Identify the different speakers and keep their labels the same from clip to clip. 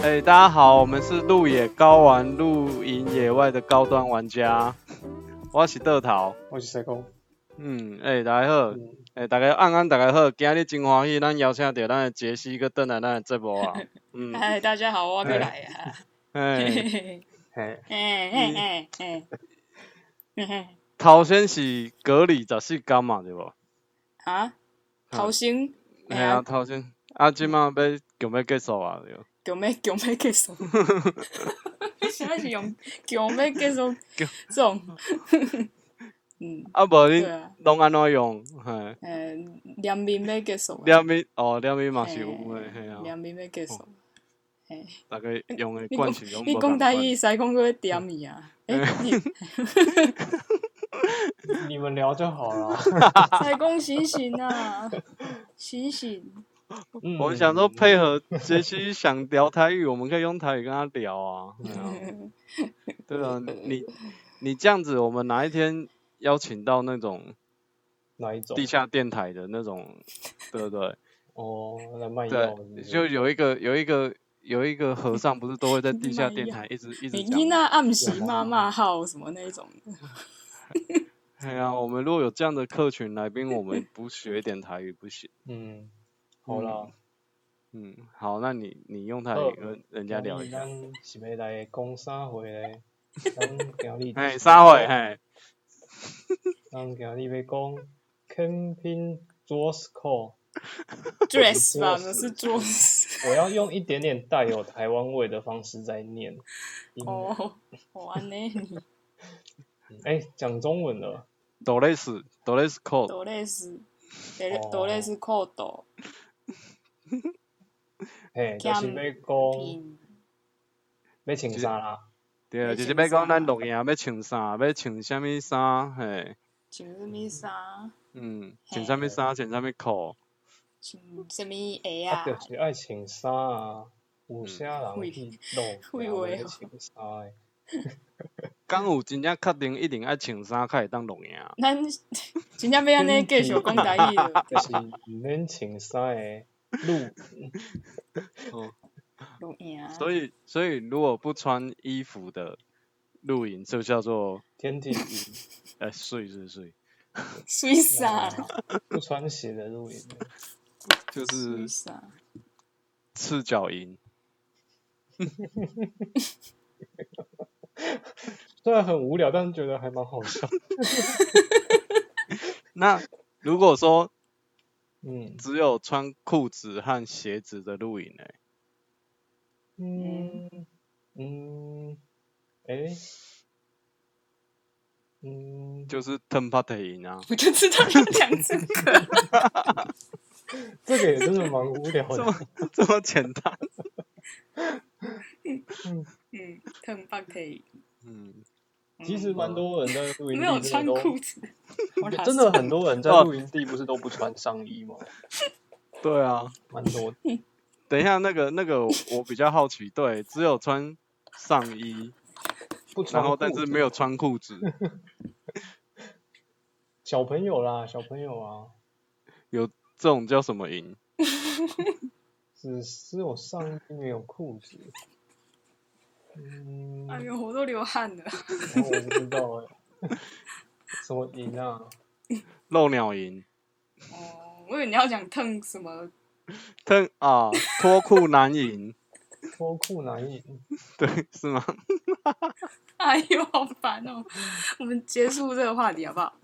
Speaker 1: 哎、大家好，我们是路野高玩露营野外的高端玩家，我是豆头。
Speaker 2: 我是社工。
Speaker 1: 嗯，哎、大家好，
Speaker 2: 嗯，
Speaker 1: 哎、大家安安大家好，今日真欢喜，咱邀请到咱的杰西个邓来咱的节目啊。嗯，哎、
Speaker 3: 嗨，大家好，我又来啊！哎嘿嘿 嘿
Speaker 2: 嘿，
Speaker 3: 嘿嘿嘿嘿嘿，
Speaker 1: 头先是隔离十四天嘛，对无？
Speaker 3: 啊，头先，
Speaker 1: 哎
Speaker 3: 哎
Speaker 1: 呀，
Speaker 3: 呀，
Speaker 1: 头先啊，即满要强要结束啊，对无？
Speaker 3: 强咩强咩结 束？你现在是用强咩结束这种？ 嗯，
Speaker 1: 啊，无你
Speaker 3: 对啊
Speaker 1: 拢安怎用？嘿，
Speaker 3: 呃，两面要结束啊，
Speaker 1: 两面哦，两面嘛
Speaker 3: 嘿
Speaker 1: 是有诶，嘿啊，
Speaker 3: 两面要结束。嘿，
Speaker 1: 大家用诶
Speaker 3: 你
Speaker 1: 惯
Speaker 3: 讲
Speaker 1: 性拢
Speaker 3: 你
Speaker 1: 无
Speaker 3: 讲
Speaker 1: 共
Speaker 3: 台
Speaker 1: 款。
Speaker 3: 语，使讲个点伊啊？哎，
Speaker 1: 嗯
Speaker 3: 你
Speaker 2: 你们聊就好 了。
Speaker 3: 使讲醒醒啊，醒醒！
Speaker 2: 嗯
Speaker 1: 我们想说，配合杰西想聊台语，我们可以用台语跟他聊啊。对啊
Speaker 3: 嗯
Speaker 1: 对啊，你你这样子，我们哪一天邀请到那种
Speaker 2: 哪一种
Speaker 1: 地？下电台的那种，对不对？
Speaker 2: 哦，那慢
Speaker 1: 对，
Speaker 2: 用
Speaker 1: 就有一个有一个有一个和尚，不是都会在地下电台一直一直
Speaker 3: 你你
Speaker 1: 讲吗。
Speaker 3: 那暗时骂骂号什么那一种的？
Speaker 1: 对啊，我们如果有这样的客群来宾，我们不学一点台语不行。
Speaker 2: 嗯，好啦，
Speaker 1: 嗯，好，那你你用台
Speaker 2: 好
Speaker 1: 语跟人家聊一下。
Speaker 2: 咱是要来讲啥 话咧？咱今日
Speaker 1: 哎，撒会嘿，
Speaker 2: 咱今日要讲 camping dress code。
Speaker 3: dress 吧，我们是 dress。
Speaker 2: 我要用一点点带有台湾味的方式在念。嗯
Speaker 3: 哦，哦，安尼你
Speaker 2: 哎，讲中文了。
Speaker 1: 多雷斯多雷斯 code。
Speaker 3: 多类似，
Speaker 2: 哦
Speaker 3: 多类似扣斗
Speaker 2: 嘿，就是要讲
Speaker 3: 拼
Speaker 2: 要穿啥啦？
Speaker 1: 对啊，
Speaker 3: 要
Speaker 1: 就是
Speaker 3: 穿
Speaker 1: 要讲咱
Speaker 3: 啥
Speaker 1: 录音啊要穿啥，要穿啥物衫，嘿，
Speaker 3: 穿什么衫，
Speaker 1: 嗯，穿啥物
Speaker 2: 嘿
Speaker 1: 衫，穿啥物裤，
Speaker 3: 穿什么鞋
Speaker 2: 啊，
Speaker 3: 啊？
Speaker 2: 就是爱穿衫啊。有些人去
Speaker 3: 会
Speaker 2: 露，
Speaker 3: 会
Speaker 2: 然
Speaker 3: 哦
Speaker 2: 后穿衫的。，
Speaker 1: 敢有真正确定一定爱穿衫才会当录音啊。
Speaker 3: 咱 真正要安尼继续讲台语了
Speaker 2: 就是毋免穿衫的路，
Speaker 3: 有影。
Speaker 1: 所以，所以如果不穿衣服的露营就叫做
Speaker 2: 天 气
Speaker 1: 呃睡睡睡，
Speaker 3: 水啥？
Speaker 2: 不穿鞋的露营。
Speaker 1: 就是
Speaker 3: 水啥？
Speaker 1: 赤脚营。
Speaker 2: 虽然很无聊，但是觉得还蛮好笑。
Speaker 1: 那如果说
Speaker 2: 嗯
Speaker 1: 只有穿裤子和鞋子的露营呢？
Speaker 2: 嗯嗯，诶，嗯，
Speaker 1: 就是 turn party 营啊。
Speaker 3: 我就知道要讲这个。
Speaker 2: 这个也真的蛮无聊
Speaker 1: 这
Speaker 2: 的
Speaker 1: 么。 这么简单，
Speaker 3: 嗯，腾巴可以。
Speaker 1: 嗯，
Speaker 2: 其实蛮多人在露营
Speaker 3: 没
Speaker 2: 地
Speaker 3: 有
Speaker 2: 真
Speaker 3: 穿
Speaker 2: 的
Speaker 3: 裤
Speaker 2: 都，
Speaker 3: 子，我哪
Speaker 2: 真的很多人在露营地不是都不穿上衣吗？
Speaker 1: 对啊，
Speaker 2: 蛮多的。
Speaker 1: 等一下，那个那个我，我比较好奇，对，只有穿上衣，
Speaker 2: 不
Speaker 1: 然
Speaker 2: 穿裤
Speaker 1: 后
Speaker 2: 子，
Speaker 1: 但是没有穿裤子，
Speaker 2: 小朋友啦，小朋友啊，
Speaker 1: 有这种叫什么营？
Speaker 2: 只只有上衣没有裤子。嗯，
Speaker 3: 哎呦，我都流汗了。
Speaker 2: 然后我不知道哎、什么银啊？
Speaker 1: 漏鸟营？
Speaker 3: 哦，我以为你要讲腾什么
Speaker 1: 但啊，脱裤男营？
Speaker 2: 脱裤男银，
Speaker 1: 对，是吗？
Speaker 3: 哎呦，好烦哦！我们结束这个话题好不好？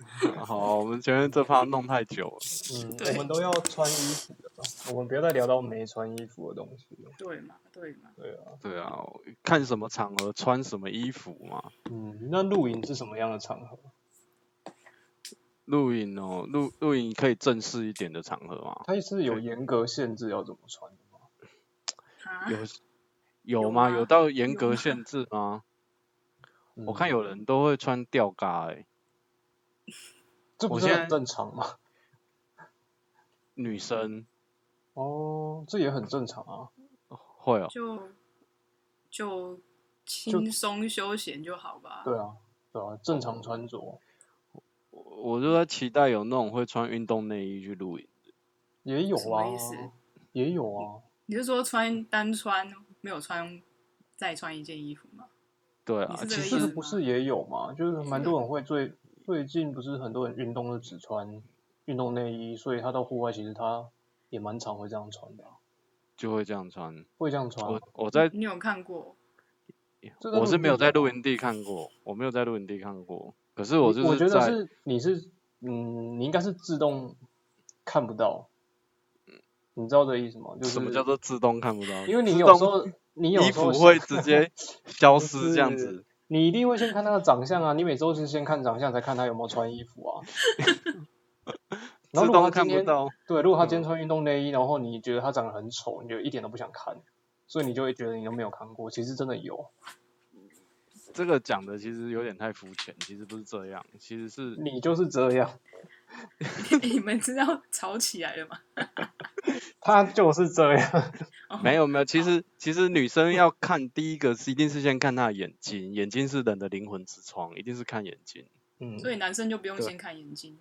Speaker 1: 好，我们前面这趴弄太久了。
Speaker 2: 嗯，
Speaker 3: 对
Speaker 2: 我们都要穿衣服的吧，我们不要再聊到没穿衣服的东西了。
Speaker 3: 对嘛，对嘛。
Speaker 2: 对啊，
Speaker 1: 对啊，看什么场合穿什么衣服嘛。
Speaker 2: 嗯，那露营是什么样的场合？
Speaker 1: 露营哦，露露营可以正式一点的场合嘛？
Speaker 2: 它是有严格限制要怎么穿的吗？
Speaker 3: 啊，
Speaker 1: 有有
Speaker 3: 有
Speaker 1: 吗？
Speaker 3: 吗
Speaker 1: 有到严
Speaker 3: 有
Speaker 1: 格
Speaker 3: 吗
Speaker 1: 限制吗？我看
Speaker 2: 啊嗯，
Speaker 1: 有人都会穿吊嘎哎、
Speaker 2: 这不
Speaker 1: 我
Speaker 2: 是
Speaker 1: 现在
Speaker 2: 很正常吗？
Speaker 1: 女生
Speaker 2: 哦，这也很正常啊。
Speaker 1: 会哦。
Speaker 3: 就就轻松休闲就好吧。
Speaker 2: 对啊，对啊，正常穿着
Speaker 1: 我我就在期待有那种会穿运动内衣去露营。
Speaker 2: 也有
Speaker 3: 什
Speaker 2: 啊
Speaker 3: 么意思，
Speaker 2: 也有啊。
Speaker 3: 你是说穿单穿没有穿再穿一件衣服嘛。
Speaker 1: 对啊，
Speaker 3: 你
Speaker 1: 其
Speaker 3: 是这
Speaker 1: 实
Speaker 2: 这
Speaker 3: 个意
Speaker 2: 个
Speaker 3: 思吗
Speaker 2: 不是也有嘛？就是蛮
Speaker 1: 啊
Speaker 2: 多人会最最近不是很多人运动都只穿运动内衣，所以他到户外其实他也蛮常会这样穿的啊、
Speaker 1: 就会这样穿。
Speaker 2: 会这样穿啊
Speaker 1: 我。我在
Speaker 3: 你有看过？
Speaker 2: 这
Speaker 1: 我是没有在露
Speaker 2: 营。
Speaker 1: 营地看过，我没有在露营地看过。可是我
Speaker 2: 你我
Speaker 1: 就
Speaker 2: 觉
Speaker 1: 是
Speaker 2: 得
Speaker 1: 在
Speaker 2: 是你是嗯，你应该是自动看不到，你知道这意思吗？就是
Speaker 1: 什么叫做自动看不到？
Speaker 2: 因为你
Speaker 1: 自
Speaker 2: 有
Speaker 1: 动
Speaker 2: 时候你有
Speaker 1: 衣
Speaker 2: 时候
Speaker 1: 服
Speaker 2: 是
Speaker 1: 会直接消失
Speaker 2: 是
Speaker 1: 这样子。
Speaker 2: 你一定会先看他的长相啊，你每周是先看长相，才看他有没有穿 衣服啊。然后
Speaker 1: 自
Speaker 2: 如果
Speaker 1: 动
Speaker 2: 他
Speaker 1: 看
Speaker 2: 今
Speaker 1: 不
Speaker 2: 天
Speaker 1: 到，
Speaker 2: 对，如果他
Speaker 1: 嗯
Speaker 2: 今天穿运动内衣，然后你觉得他长得很丑，你就一点都不想看，所以你就会觉得你都没有看过。其实真的有，
Speaker 1: 这个讲的其实有点太肤浅，其实不是这样，其实是
Speaker 2: 你就是这样，
Speaker 3: 你们知道吵起来了吗？
Speaker 2: 他就是这样。
Speaker 1: 没有没有，其实其实女生要看第一个是一定是先看她的眼睛，眼睛是人的灵魂之窗，一定是看眼睛。
Speaker 2: 嗯，
Speaker 3: 所以男生就不用
Speaker 1: 对
Speaker 3: 先看眼睛。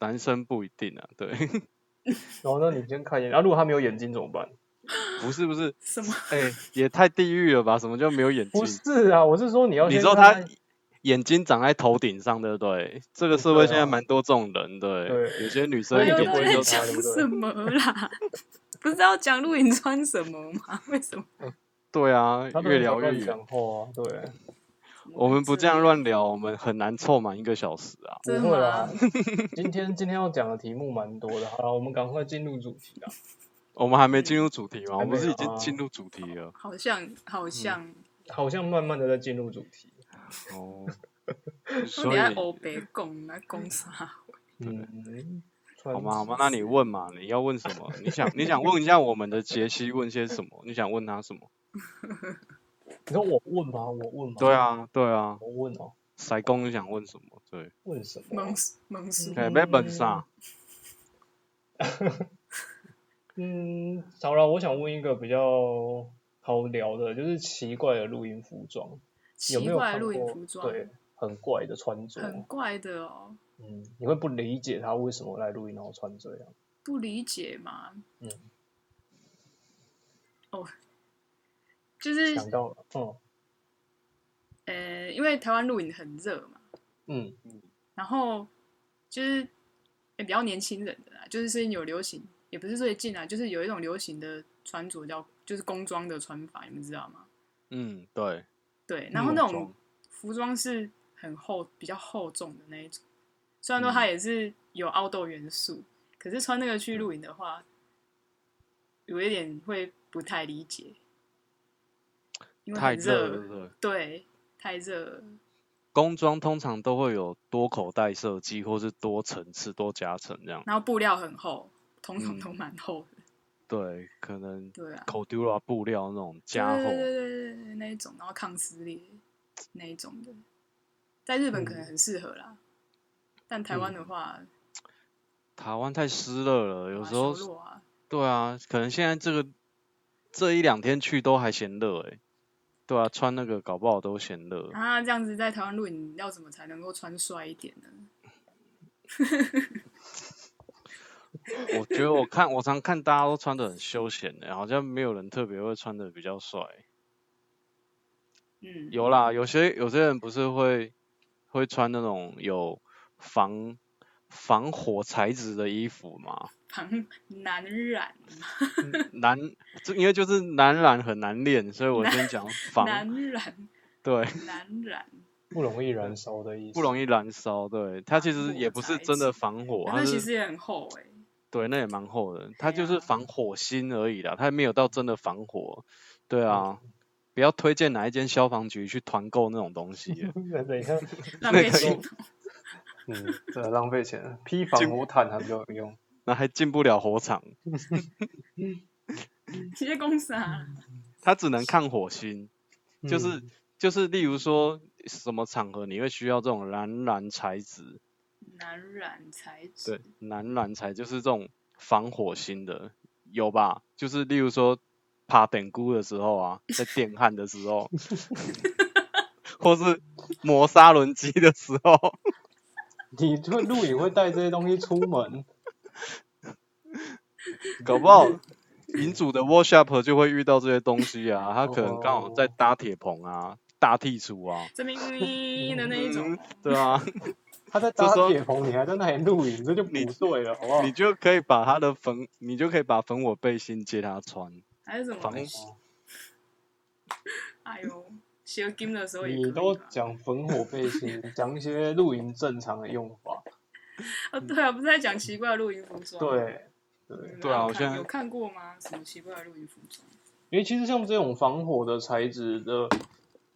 Speaker 1: 男生不一定啊，对，
Speaker 2: 然后那你先看眼，啊然后如果他没有眼睛怎么办？
Speaker 1: 不是不是，
Speaker 3: 什么？
Speaker 1: 哎、也太地狱了吧？什么叫没有眼睛
Speaker 2: 不？是啊，我是说你要
Speaker 1: 你
Speaker 2: 先
Speaker 1: 说
Speaker 2: 看
Speaker 1: 他眼睛长在头顶上，对不对？这个社会现在蛮多这种人，对，
Speaker 2: 哦对
Speaker 1: 有些女生
Speaker 3: 哎
Speaker 1: 一
Speaker 3: 呦，
Speaker 1: 点
Speaker 2: 不
Speaker 1: 睛
Speaker 2: 会
Speaker 1: 都
Speaker 3: 在
Speaker 2: 有
Speaker 1: 长
Speaker 3: 讲
Speaker 2: 差对不对
Speaker 3: 什么啦？ 不知道讲露营穿什么吗？ 为什么？
Speaker 1: 对啊
Speaker 2: 他，
Speaker 1: 越
Speaker 2: 都没有
Speaker 1: 聊越
Speaker 2: 乱
Speaker 1: 远。
Speaker 2: 讲话啊，对，
Speaker 1: 我们不这样乱聊，我们很难凑满一个小时啊。
Speaker 3: 真
Speaker 2: 不
Speaker 3: 的
Speaker 2: 会 啦
Speaker 3: 吗？。
Speaker 2: 今天今天要讲的题目蛮多的，好啦，我们赶快进入主题啊。
Speaker 1: 我们还没进入主题吗？我
Speaker 2: 还没
Speaker 1: 们不是已
Speaker 2: 啊
Speaker 1: 经进入主题了？
Speaker 3: 好像好像，
Speaker 2: 好像慢慢的在进入主题。啊
Speaker 1: 哦，
Speaker 3: 我
Speaker 1: 所
Speaker 3: 等
Speaker 1: 以
Speaker 3: 下欧北拱来拱啥？
Speaker 2: 嗯，
Speaker 1: 好
Speaker 2: 好
Speaker 1: 吗？好吗？那你问嘛，你要问什么？你想你想问一下我们的杰西问些什么？你想问他 什么？
Speaker 2: 你说我问吗？我问吗？
Speaker 1: 对，啊，对啊，
Speaker 2: 我问哦，
Speaker 1: 塞工你想问什么？对，
Speaker 2: 问什么
Speaker 3: 蒙？蒙叔
Speaker 2: 嗯
Speaker 1: 哎，没本事啊，
Speaker 2: 嗯，好了，我想问一个比较好聊的，就是奇怪的露营服装，有
Speaker 3: 奇
Speaker 2: 没有
Speaker 3: 怪
Speaker 2: 看
Speaker 3: 的
Speaker 2: 过？
Speaker 3: 露营服装，
Speaker 2: 对，很怪的穿着，
Speaker 3: 很怪的哦，
Speaker 2: 嗯，你会不理解他为什么来露营然后穿这样。
Speaker 3: 不理解嘛。哦
Speaker 2: 嗯，
Speaker 3: 就是
Speaker 2: 想到了，嗯
Speaker 3: 呃，因为台湾露营很热嘛，
Speaker 2: 嗯，
Speaker 3: 然后就是、欸比较年轻人的啦，就是最近有流行，也不是最近啊，就是有一种流行的穿着叫就是工装的穿法，你们知道吗？
Speaker 1: 嗯，对，
Speaker 3: 对，然后那
Speaker 1: 工
Speaker 3: 种
Speaker 1: 装
Speaker 3: 服装是很厚、比较厚重的那一种，虽然说
Speaker 1: 嗯
Speaker 3: 它也是有凹豆元素，可是穿那个去露营的话，有一点会不太理解，因为
Speaker 1: 太
Speaker 3: 很
Speaker 1: 热了，对不对？
Speaker 3: 对，太热了，
Speaker 1: 工装通常都会有多口袋设计，或是多层次、多夹层这样。
Speaker 3: 然后布料很厚，通常
Speaker 1: 嗯
Speaker 3: 都蛮厚的，
Speaker 1: 对，可能
Speaker 3: 对啊，
Speaker 1: 口丢啦布料那种 加厚
Speaker 3: 对，对对对对对那一种，然后抗撕裂那一种的，在日本可
Speaker 1: 嗯
Speaker 3: 能很适合啦，但台湾的话，
Speaker 1: 台湾太湿热了，有
Speaker 3: 麻
Speaker 1: 时候
Speaker 3: 修罗啊，
Speaker 1: 对啊，可能现在这个这一两天去都还嫌热哎、对啊，穿那个搞不好都嫌热。
Speaker 3: 啊，这样子在台湾录影要怎么才能够穿帅一点呢？
Speaker 1: 我觉得我看我常看大家都穿的很休闲的、好像没有人特别会穿的比较帅。
Speaker 3: 嗯，
Speaker 1: 有啦，有些有些人不是会会穿那种有防防火材质的衣服 嘛？
Speaker 3: 旁难染，
Speaker 1: 难，这因为就是难染很难练，所以我先讲防，
Speaker 3: 难染，
Speaker 1: 对，
Speaker 3: 难染，
Speaker 2: 不容易燃烧的意思。，
Speaker 1: 不容易燃烧，对，它其
Speaker 3: 防
Speaker 1: 实
Speaker 3: 火
Speaker 1: 也不是
Speaker 3: 材
Speaker 1: 真的
Speaker 3: 质
Speaker 1: 防火，
Speaker 3: 那
Speaker 1: 它
Speaker 3: 其
Speaker 1: 是
Speaker 3: 实也很厚 哎、
Speaker 1: 对，那也蛮厚的，
Speaker 3: 哎
Speaker 1: 它就
Speaker 3: 呀
Speaker 1: 是防火芯而已啦，它没有到真的防火，对啊。
Speaker 3: 嗯
Speaker 1: 不要推荐哪一间消防局去团购那种东西 了
Speaker 2: 等一下，
Speaker 3: 浪费钱。
Speaker 2: 嗯，这浪费钱了，批防火毯还比较有用。
Speaker 1: 那还进不了火场，
Speaker 3: 直接公司啊，
Speaker 1: 它只能抗火星。就是
Speaker 2: 嗯
Speaker 1: 就是例如说什么场合你会需要这种蓝蓝材质？
Speaker 3: 难染材质，
Speaker 1: 对，蓝蓝材就是这种防火型的，有吧？就是例如说爬等菇的时候啊，在电焊的时 候，或是磨砂轮机的时候，
Speaker 2: 你会录影会带这些东西出门，
Speaker 1: 搞不好银主的 workshop 就会遇到这些东西啊，他可能刚好在
Speaker 2: 哦
Speaker 1: 搭铁棚啊、搭剔除啊，
Speaker 3: 这边嗯的那一种
Speaker 1: 嗯，对啊，
Speaker 2: 他在
Speaker 1: 这
Speaker 2: 搭
Speaker 1: 时候
Speaker 2: 铁棚，你还在那里露营，这就不
Speaker 1: 你
Speaker 2: 对了，好不好
Speaker 1: 你？就可以把他的粉，你就可以把粉我背心借他穿。
Speaker 3: 还是什么
Speaker 1: 防？
Speaker 3: 哎呦，学 game 的时候也可
Speaker 2: 你
Speaker 3: 以
Speaker 2: 都
Speaker 3: 吧
Speaker 2: 讲焚火背心， 讲一些露营正常的用法，
Speaker 3: 啊，对啊，不是在讲奇怪的露营服装。，
Speaker 2: 对对。
Speaker 1: 对啊我现在
Speaker 3: 有看过吗？什么奇怪的露营服装？
Speaker 2: 因为其实像这种防火的材质的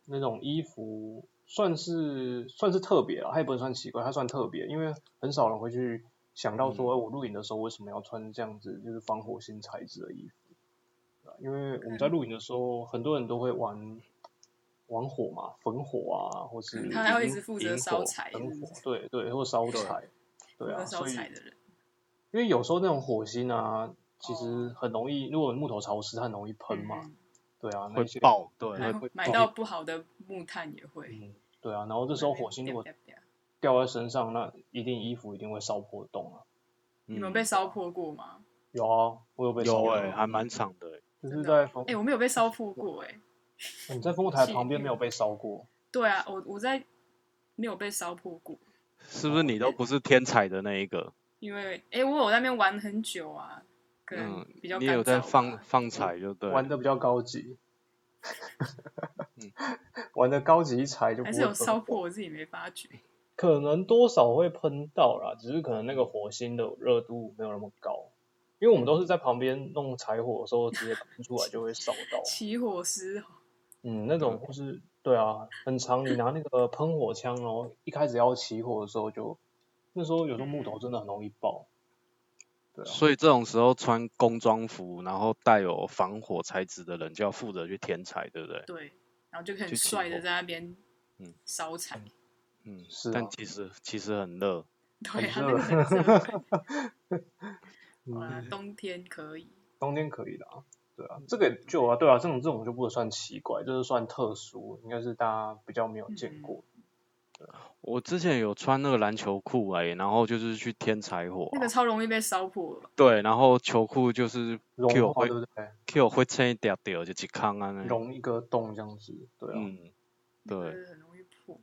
Speaker 2: 那种衣服，算是算是特别了，它也不能算奇怪，它算特别，因为很少人会去想到说，哎、我露营的时候为什么要穿这样子就是防火性材质的衣服？对啊因为我们
Speaker 3: 嗯
Speaker 2: 在露营的时候，很多人都会玩玩火嘛，焚火啊，或是
Speaker 1: 嗯
Speaker 3: 他还会一
Speaker 1: 引
Speaker 3: 直负责
Speaker 1: 引
Speaker 3: 烧
Speaker 1: 火
Speaker 3: 柴，
Speaker 2: 等
Speaker 3: 是不
Speaker 2: 火
Speaker 3: 是，
Speaker 2: 对对，或烧
Speaker 1: 对
Speaker 2: 柴，对
Speaker 3: 负责
Speaker 2: 啊，
Speaker 3: 烧
Speaker 2: 所以
Speaker 3: 柴的人。
Speaker 2: 因为有时候那种火星啊，其实很容易，如果木头潮湿，它很容易喷嘛，
Speaker 3: 哦嗯，
Speaker 2: 对啊，那
Speaker 1: 会
Speaker 2: 些
Speaker 1: 爆，对，
Speaker 3: 买
Speaker 1: 会
Speaker 2: 会
Speaker 3: 买
Speaker 2: 爆
Speaker 3: 到不好的木炭也会。
Speaker 2: 嗯，对啊，然后这时候火星如果掉在身上，那一定衣服一定会烧破洞啊。
Speaker 3: 你们
Speaker 1: 嗯
Speaker 3: 被烧破过吗？
Speaker 2: 有啊，我有被烧
Speaker 1: 有
Speaker 2: 过
Speaker 1: 哎、还蛮长的、欸，
Speaker 2: 就是在烽、
Speaker 3: 哎，我没有被烧破过哎。
Speaker 2: 你在烽火台旁边没有被烧过，
Speaker 3: 对啊，我我在没有被烧破过，
Speaker 1: 是不
Speaker 2: 哦
Speaker 1: 是你都不是天才的那一个？
Speaker 3: 因为哎，我有在那边玩很久啊，可能
Speaker 1: 嗯
Speaker 3: 比较
Speaker 1: 你有
Speaker 3: 干
Speaker 1: 在
Speaker 3: 燥吧
Speaker 1: 放放彩就对了，
Speaker 2: 玩的比较高级， 玩的高级一踩就不
Speaker 3: 嗯还
Speaker 2: 会
Speaker 3: 是有
Speaker 2: 喷
Speaker 3: 烧破，我自己没发觉。
Speaker 2: 可能多少会喷到啦，只是可能那个火星的热度没有那么高，因为我们都是在旁边弄柴火的时候直接喷出来就会烧 到。
Speaker 3: 起火时
Speaker 2: 嗯，那种或是对啊，很长。你拿那个喷火枪，然后一开始要起火的时候就，那时候有时候木头真的很容易爆。对啊，
Speaker 1: 所以这种时候穿工装服，然后带有防火材质的人就要负责去添柴，对不对？
Speaker 3: 对，然后就很
Speaker 1: 去起
Speaker 3: 帅的
Speaker 1: 火
Speaker 3: 在那边
Speaker 1: 嗯
Speaker 3: 烧柴，
Speaker 1: 嗯，
Speaker 2: 是啊
Speaker 1: 但其实其实很热，
Speaker 3: 对啊，
Speaker 2: 很
Speaker 3: 那个
Speaker 2: 热
Speaker 3: 很热。好啦
Speaker 2: 嗯，
Speaker 3: 冬天可以，
Speaker 2: 冬天可以的啊。对啊，这个就啊，对啊，这种这种就不能算奇怪，这是算特殊，应该是大家比较没有见过。
Speaker 1: 我之前有穿那个篮球裤哎、然后就是去添柴火
Speaker 3: 那
Speaker 1: 啊、
Speaker 3: 个超容易被烧破了。
Speaker 1: 对，然后球裤就是
Speaker 2: 融
Speaker 1: Q
Speaker 2: 化
Speaker 1: 会
Speaker 2: 对不对？
Speaker 1: Q 会撑一点点就去康啊那，
Speaker 2: 融一个洞这样子，对啊，
Speaker 1: 嗯，对
Speaker 3: 就是很容易破。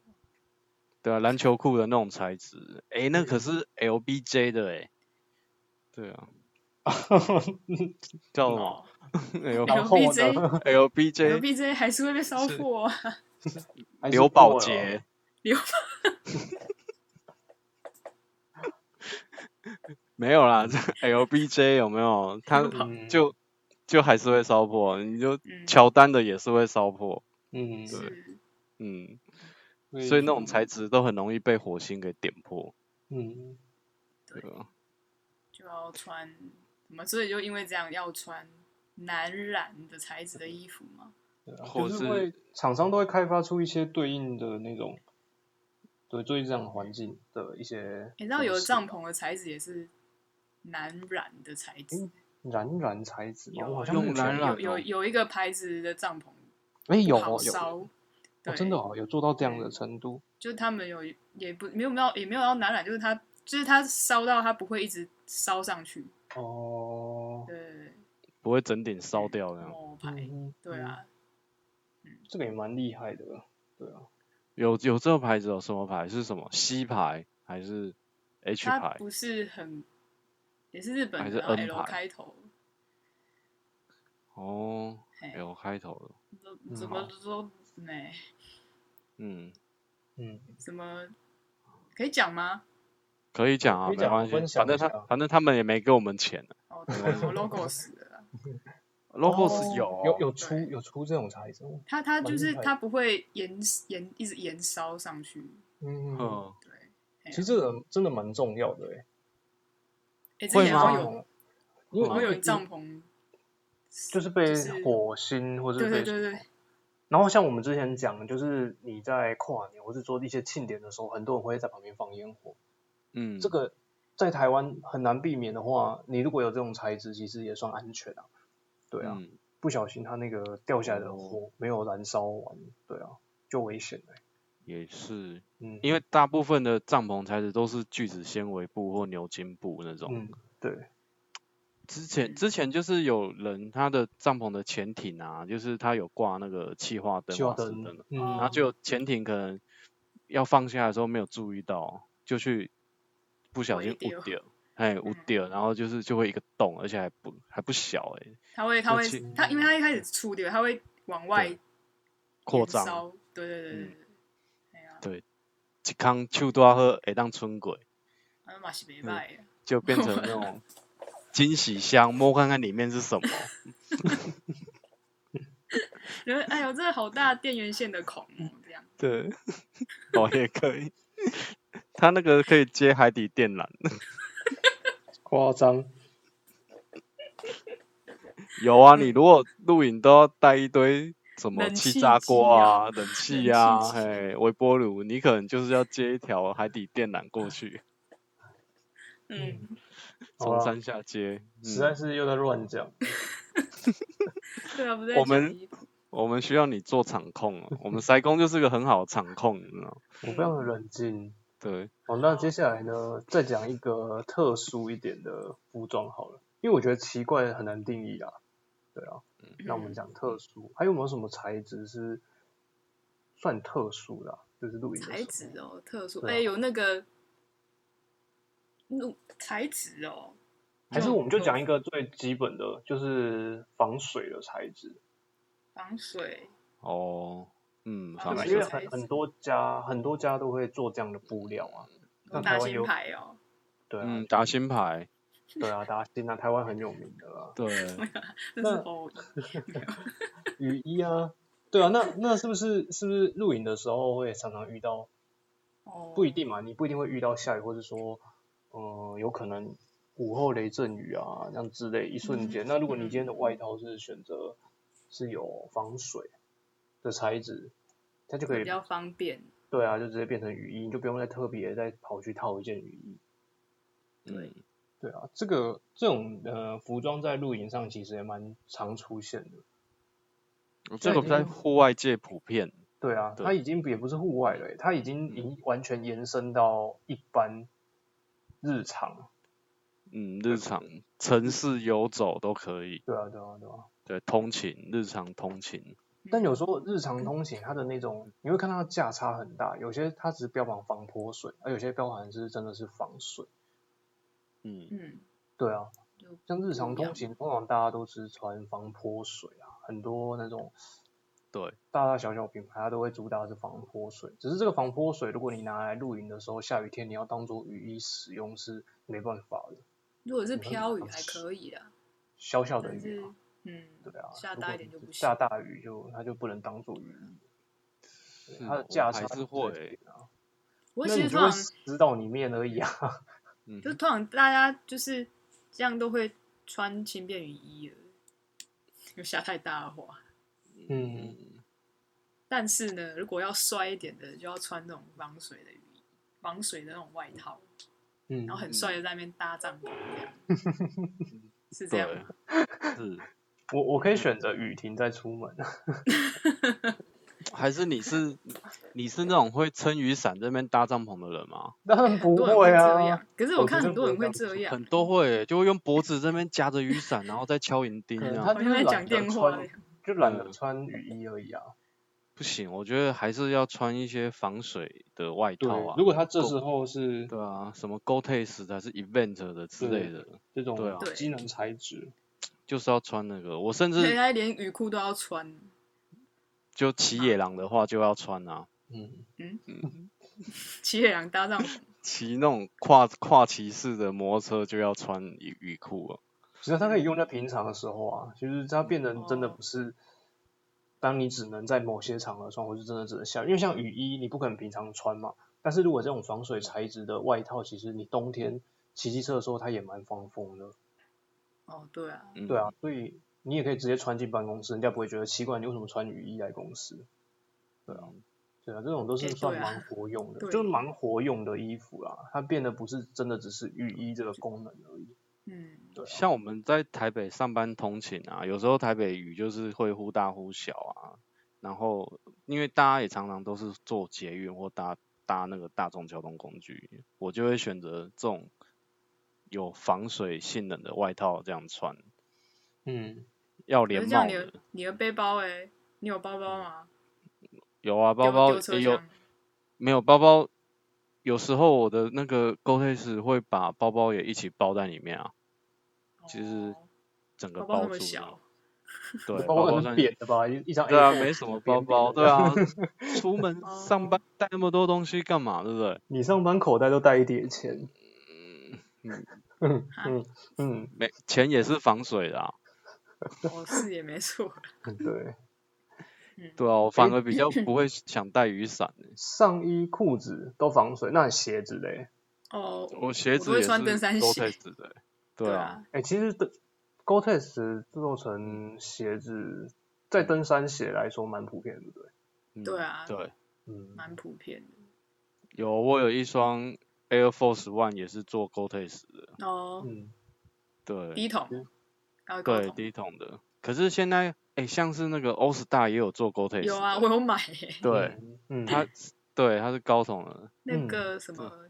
Speaker 1: 对啊，篮球裤的那种材质，哎、那可是 LBJ 的哎、对啊，叫什么
Speaker 3: 哦
Speaker 1: L
Speaker 2: 然后
Speaker 3: LBJ
Speaker 2: 呢，
Speaker 1: LBJ
Speaker 3: ，LBJ 还是会被烧
Speaker 1: 是
Speaker 3: 破啊，
Speaker 2: 还是啊
Speaker 1: 刘宝
Speaker 2: 过了
Speaker 1: 杰，
Speaker 3: 刘
Speaker 1: 没有啦，这 LBJ 有没有？他
Speaker 3: 宝
Speaker 2: 嗯
Speaker 1: 就就还是会烧破，啊你就
Speaker 3: 嗯
Speaker 1: 乔丹的也是会烧破，
Speaker 2: 嗯，
Speaker 3: 是
Speaker 1: 嗯，所以那种材质都很容易被火星给点破，
Speaker 2: 嗯，
Speaker 1: 对啊吧？
Speaker 3: 就要穿什么？所以就因为这样要穿男染的材质的衣服嘛。
Speaker 2: 对啊，
Speaker 1: 或
Speaker 2: 就是会厂商都会开发出一些对应的那种，对，对应这样的环境的一些，
Speaker 3: 你知道有帐篷的材质也是男染的材质
Speaker 2: 嗯，燃燃材质吗？
Speaker 3: 有
Speaker 2: 我好
Speaker 3: 啊
Speaker 2: 像没
Speaker 1: 用
Speaker 2: 全
Speaker 1: 燃
Speaker 2: 部
Speaker 1: 染
Speaker 3: 有有
Speaker 1: 哦
Speaker 3: 有一个牌子的帐篷
Speaker 2: 哎有
Speaker 3: 不
Speaker 2: 哦
Speaker 3: 好
Speaker 2: 有
Speaker 3: 烧，
Speaker 2: 哦，
Speaker 3: 对，
Speaker 2: 真的哦，有做到这样的程度，
Speaker 3: 就他们有也不没有到也没有到难染，就是它就是它烧到它不会一直烧上去，
Speaker 2: 哦，
Speaker 3: 对对，
Speaker 1: 不会整顶烧掉那样。
Speaker 3: 某牌，
Speaker 2: 嗯
Speaker 3: 对，
Speaker 2: 嗯
Speaker 3: 啊，
Speaker 2: 这个也蛮厉害的，对啊，
Speaker 1: 有有这个牌子有哦什么牌？是什么 C 牌还是 H
Speaker 3: 它
Speaker 1: 牌？
Speaker 3: 不是很也是日本
Speaker 1: 还
Speaker 3: 的，
Speaker 1: 是
Speaker 3: 然后
Speaker 1: N
Speaker 3: L
Speaker 1: 牌
Speaker 3: 开头，
Speaker 1: 哦
Speaker 3: 嘿，
Speaker 1: ，L 开头的，
Speaker 3: 怎怎么都呢？
Speaker 1: 嗯，
Speaker 2: 嗯，
Speaker 3: 什么可以讲吗？
Speaker 1: 可以讲啊，
Speaker 2: 可以
Speaker 1: 没
Speaker 2: 讲啊
Speaker 1: 关
Speaker 2: 分
Speaker 1: 系，
Speaker 2: 享
Speaker 1: 反
Speaker 2: 一
Speaker 1: 正他
Speaker 2: 下
Speaker 1: 反正他们也没给我们钱
Speaker 3: 哦，对， 我 logo 死了啦。
Speaker 1: ，logos
Speaker 2: 哦
Speaker 1: 有
Speaker 2: 有有出
Speaker 3: 对
Speaker 2: 有出这种材质吗，
Speaker 3: 它它
Speaker 2: 蛮
Speaker 3: 就
Speaker 2: 厉
Speaker 3: 是
Speaker 2: 害
Speaker 3: 它不会延延一直延烧上去，
Speaker 2: 嗯，
Speaker 1: 嗯，
Speaker 3: 对。嘿啊
Speaker 2: 其实这个真的蛮重要的，哎，
Speaker 3: 哎，之
Speaker 1: 会
Speaker 3: 前
Speaker 1: 吗
Speaker 3: 好像
Speaker 2: 帐
Speaker 3: 有
Speaker 2: 篷因为
Speaker 3: 好像有
Speaker 2: 因为
Speaker 3: 帐篷，
Speaker 2: 就是被
Speaker 3: 就是
Speaker 2: 火星或者
Speaker 3: 对
Speaker 2: 被
Speaker 3: 对对对，
Speaker 2: 然后像我们之前讲的，就是你在跨年或是做一些庆典的时候，很多人会在旁边放烟火。
Speaker 1: 嗯，
Speaker 2: 这个在台湾很难避免的话，你如果有这种材质，其实也算安全啊。对啊，
Speaker 1: 嗯哦
Speaker 2: 不小心它那个掉下来的火没有燃烧完，对啊，就危险了、
Speaker 1: 也是，
Speaker 2: 嗯，
Speaker 1: 因
Speaker 2: 为
Speaker 1: 为大部分
Speaker 2: 嗯
Speaker 1: 的帐篷材质都是聚酯纤维布或牛津布那种，
Speaker 2: 嗯，对，
Speaker 1: 之前之前就是有人他的帐篷的潜艇啊，就是他有挂那个气化灯、
Speaker 2: 希望
Speaker 1: 瓦斯灯啊，
Speaker 2: 嗯，
Speaker 1: 然
Speaker 3: 哦
Speaker 1: 后就潜艇可能要放下的时候没有注意到，就去不小心
Speaker 3: 毁
Speaker 1: 误掉，哎，误
Speaker 3: 嗯
Speaker 1: 掉，然后就是就会一个洞，而且还不还不小哎、
Speaker 3: 它会它
Speaker 1: 我
Speaker 3: 会
Speaker 1: 记
Speaker 3: 它，因为它一开始出流，它会往外
Speaker 1: 嗯对扩
Speaker 3: 延
Speaker 1: 张，
Speaker 3: 烧，对对对对
Speaker 1: 嗯
Speaker 3: 对，哎呀，
Speaker 1: 一空手大喝，会当春鬼，
Speaker 3: 啊嘛是没
Speaker 1: 嗯
Speaker 3: 卖的，
Speaker 1: 就变成那种惊喜箱，摸看看里面是什么。
Speaker 3: 然后哎呦，这好大电源线的孔哦，这样
Speaker 1: 对，哦也可以， 它那个可以接海底电缆，
Speaker 2: 夸张，
Speaker 1: 嗯有啊，你如果录影都要带一堆什么
Speaker 3: 冷
Speaker 1: 气
Speaker 3: 气
Speaker 1: 炸
Speaker 3: 机
Speaker 1: 锅
Speaker 3: 啊
Speaker 1: 啊、冷气
Speaker 3: 气
Speaker 1: 啊、
Speaker 3: 机
Speaker 1: 嘿微波炉，你可能就是要接一条海底电缆过去，
Speaker 3: 嗯，
Speaker 2: 好
Speaker 1: 从
Speaker 2: 啦
Speaker 1: 山下接。
Speaker 2: 实在
Speaker 1: 嗯，
Speaker 2: 是又在乱讲。
Speaker 3: 对啊，不是在
Speaker 1: 我们
Speaker 3: 讲衣服
Speaker 1: 我们需要你做场控哦，我们塞工就是个很好的场控，你知道吗？
Speaker 2: 我非常的冷静。
Speaker 1: 对，
Speaker 2: 好，那接下来呢，再讲一个特殊一点的服装好了，因为我觉得奇怪很难定义啊。对啊，那
Speaker 3: 嗯
Speaker 2: 我们讲特殊，还有没有什么材质是算特殊的啊、就是露营的时候
Speaker 3: 材质哦，特殊
Speaker 2: 对啊
Speaker 3: 哎有那个那材质哦，
Speaker 2: 还是我们就讲一
Speaker 3: 个
Speaker 2: 个最基本的，就是防水的材质，
Speaker 3: 防水，
Speaker 1: 哦，嗯，
Speaker 3: 啊
Speaker 2: 对
Speaker 1: 防
Speaker 2: 吧？
Speaker 3: 防
Speaker 2: 因
Speaker 1: 水
Speaker 2: 为
Speaker 3: 水材
Speaker 2: 很
Speaker 3: 质
Speaker 2: 很多家很多家都会做这样的布料啊。那
Speaker 3: 嗯大
Speaker 2: 台湾
Speaker 3: 金
Speaker 2: 有
Speaker 3: 牌哦，
Speaker 2: 对啊，
Speaker 1: 嗯，打新牌，
Speaker 2: 对啊，大家现在台湾很有名的 啊，
Speaker 1: 对，嗯
Speaker 3: 这
Speaker 2: 那
Speaker 3: 是哦，
Speaker 2: 雨衣啊，对啊，那那是不是是不是露营的时候会常常遇到？
Speaker 3: 哦
Speaker 2: 不一定嘛，你不一定会遇到下雨，或者说，嗯、有可能午后雷阵雨啊，这样之类，一瞬
Speaker 3: 嗯
Speaker 2: 间。那如果你今天的外套是选择是有防水的材质，它就可
Speaker 3: 比
Speaker 2: 以，
Speaker 3: 较方便，
Speaker 2: 对啊，就直接变成雨衣，你就不用再特别再跑去套一件雨衣。
Speaker 1: 对，
Speaker 2: 对啊，这个这种呃服装在露营上其实也蛮常出现的。
Speaker 1: 这个
Speaker 2: 对
Speaker 1: 在
Speaker 2: 因为
Speaker 1: 户外界普遍，
Speaker 2: 对啊，
Speaker 1: 对
Speaker 2: 它已经也不是户外了欸，它已经已完全延伸到一般日常。
Speaker 1: 嗯，日常城市游走都可以，
Speaker 2: 对啊，对啊，对啊。
Speaker 1: 对，通勤，日常通勤，
Speaker 2: 但有时候日常通勤，它的那种你会看到价差很大，有些它只是标榜防泼水，而有些标榜是真的是防水。
Speaker 1: 嗯，
Speaker 3: 嗯，
Speaker 2: 对啊，
Speaker 3: 就
Speaker 2: 像日常
Speaker 3: 不一
Speaker 2: 通
Speaker 3: 样
Speaker 2: 勤，通常大家都是穿防泼水啊，很多那种
Speaker 1: 对，
Speaker 2: 大大小小品牌它都会主打是防泼水。只是这个防泼水，如果你拿来露营的时候，下雨天你要当做雨衣使用是没办法的，
Speaker 3: 如果是飘雨还可以啦，
Speaker 2: 小小的
Speaker 3: 但
Speaker 2: 雨、
Speaker 3: 是
Speaker 2: 啊。
Speaker 3: 嗯，
Speaker 2: 对啊，
Speaker 3: 下
Speaker 2: 如
Speaker 3: 大
Speaker 2: 果
Speaker 3: 一点
Speaker 2: 你
Speaker 3: 就不
Speaker 2: 下
Speaker 3: 行
Speaker 2: 大雨就它就不能当做雨衣，对
Speaker 1: 是哦
Speaker 2: 它的
Speaker 1: 我
Speaker 2: 价
Speaker 1: 还
Speaker 2: 差
Speaker 1: 是
Speaker 2: 就在
Speaker 1: 会
Speaker 2: 这
Speaker 1: 欸
Speaker 2: 边啊，
Speaker 3: 我
Speaker 2: 那
Speaker 3: 其
Speaker 2: 你
Speaker 3: 实
Speaker 2: 就
Speaker 3: 通
Speaker 2: 会
Speaker 3: 常
Speaker 2: 湿到里面而已啊。
Speaker 1: 嗯
Speaker 3: 就通常大家就是这样都会穿轻便雨衣了， 因为下太大的话。
Speaker 2: 嗯，
Speaker 3: 但是呢，如果要帅一点的，就要穿那种防水的雨衣，防水的那种外套，
Speaker 2: 嗯
Speaker 3: 然后很帅的在那边搭帐篷这样，是这样
Speaker 1: 对
Speaker 3: 吗？，
Speaker 1: 是，
Speaker 2: 我我可以选择雨停再出门。
Speaker 1: 还是你是你是那种会撑雨伞这边搭帐篷的人
Speaker 3: 啊
Speaker 1: 吗？
Speaker 2: 当然不
Speaker 3: 很多人会
Speaker 2: 会
Speaker 3: 这
Speaker 2: 啊
Speaker 3: 样，，可是
Speaker 2: 我
Speaker 3: 我
Speaker 2: 觉
Speaker 3: 看
Speaker 2: 得
Speaker 3: 很多人
Speaker 2: 不会
Speaker 3: 会
Speaker 2: 这样
Speaker 3: 这样
Speaker 1: 很，多会欸、就会用脖子这边夹着雨伞，然后再敲银钉
Speaker 2: 可能
Speaker 1: 啊。
Speaker 2: 他
Speaker 3: 好
Speaker 2: 就是
Speaker 3: 像在
Speaker 2: 懒
Speaker 3: 讲
Speaker 2: 得
Speaker 3: 电话
Speaker 2: 穿
Speaker 3: 一，样。
Speaker 2: 就懒得
Speaker 1: 嗯
Speaker 2: 穿雨衣而已啊。
Speaker 1: 不行，我觉得还是要穿一些防水的外套啊。
Speaker 2: 如果他这
Speaker 1: 够
Speaker 2: 时候是
Speaker 1: 对啊，什么 GoTex 还是 Event 的之
Speaker 2: 对
Speaker 1: 类的，
Speaker 2: 这种
Speaker 1: 对啊
Speaker 3: 对
Speaker 2: 机能材质，
Speaker 1: 就是要穿那个。我甚
Speaker 3: 人
Speaker 1: 至
Speaker 3: 家连雨裤都要穿，
Speaker 1: 就骑野狼的话就要穿啊，
Speaker 2: 嗯，
Speaker 3: 骑野狼搭帐篷，
Speaker 1: 骑那种跨跨骑式的摩托车就要穿雨雨裤啊。
Speaker 2: 其实它可以用在平常的时候啊，就是它变成真的
Speaker 3: 哦
Speaker 2: 不是。当你只能在某些场合穿，或是真的只能下雨，因为像雨衣你不可能平常穿嘛。但是如果这种防水材质的外套，其实你冬天骑机车的时候它也蛮防风的。
Speaker 3: 哦，对啊，
Speaker 1: 嗯、
Speaker 2: 对啊，，所以你也可以直接穿进办公室，人家不会觉得奇怪，你为什么穿雨衣来公司？对
Speaker 1: 嗯
Speaker 2: 啊，对啊，这种都是
Speaker 3: 诶对
Speaker 2: 算
Speaker 3: 啊
Speaker 2: 蛮活用的，
Speaker 3: 对
Speaker 2: 就是蛮活用的衣服啦。它变得不是真的只是浴衣这个功能而已。
Speaker 3: 嗯，
Speaker 2: 对啊，
Speaker 1: 像我们在台北上班通勤啊，有时候台北雨就是会忽大忽小啊。然后，因为大家也常常都是坐捷运或搭搭那个大众交通工具，我就会选择这种有防水性能的外套这样穿，
Speaker 2: 嗯，
Speaker 1: 要
Speaker 3: 可
Speaker 1: 连
Speaker 3: 是这
Speaker 1: 帽
Speaker 3: 样你的
Speaker 1: 的。
Speaker 3: 你的背包哎、你有包包吗？哦
Speaker 1: 有啊，包
Speaker 3: 丢
Speaker 1: 包
Speaker 3: 丢车
Speaker 1: 也有
Speaker 3: 厢，
Speaker 1: 没有包包？有时候我的那个 g o t e x 会把包包也一起包在里面啊，其实
Speaker 3: 哦
Speaker 1: 整个
Speaker 3: 包包那
Speaker 1: 包
Speaker 3: 么
Speaker 1: 住了。
Speaker 3: 小，
Speaker 1: 对，
Speaker 2: 包
Speaker 1: 包
Speaker 2: 包
Speaker 1: 包
Speaker 2: 很
Speaker 1: 算
Speaker 2: 扁的吧，一一张 A
Speaker 1: 对啊，没什么包包，对
Speaker 2: 啊，
Speaker 1: 啊， 出门
Speaker 3: 哦
Speaker 1: 上班带那么多东西干嘛？对不对？
Speaker 2: 你上班口袋都带一叠钱， 嗯嗯嗯，
Speaker 1: 没钱也是防水的、啊，
Speaker 3: 我哦是也没错。
Speaker 2: 嗯
Speaker 3: 嗯
Speaker 2: 对，
Speaker 1: 对啊，我反而比较不会想带雨伞、欸。
Speaker 2: 上衣裤子都防水，那你鞋子嘞？
Speaker 3: 哦，
Speaker 1: 我鞋
Speaker 3: 我都
Speaker 1: 子
Speaker 3: 会
Speaker 1: 也是
Speaker 3: 穿登山鞋
Speaker 1: Gore-Tex 的欸、对
Speaker 3: 对
Speaker 1: 啊，
Speaker 3: 啊，
Speaker 2: 哎、其实的 Gore-Tex 制作成鞋子，在登山鞋来说蛮普遍的，对不对？
Speaker 1: 嗯
Speaker 3: 对啊
Speaker 1: 对，
Speaker 2: 嗯，
Speaker 3: 蛮普遍的。
Speaker 1: 有我有一双 Air Force One 也是做 Gore-Tex 的，
Speaker 3: 哦，
Speaker 2: 嗯，
Speaker 1: 对，
Speaker 3: 低筒
Speaker 2: 嗯，
Speaker 3: 然后高
Speaker 1: 对
Speaker 3: 筒
Speaker 1: 低筒的。可是现在，哎、像是那个欧斯大也有做 Gore-Tex，
Speaker 3: 有啊，
Speaker 1: 的
Speaker 3: 我有买欸
Speaker 1: 对，，
Speaker 2: 嗯，
Speaker 1: 它 对它是高筒的，
Speaker 3: 那个什么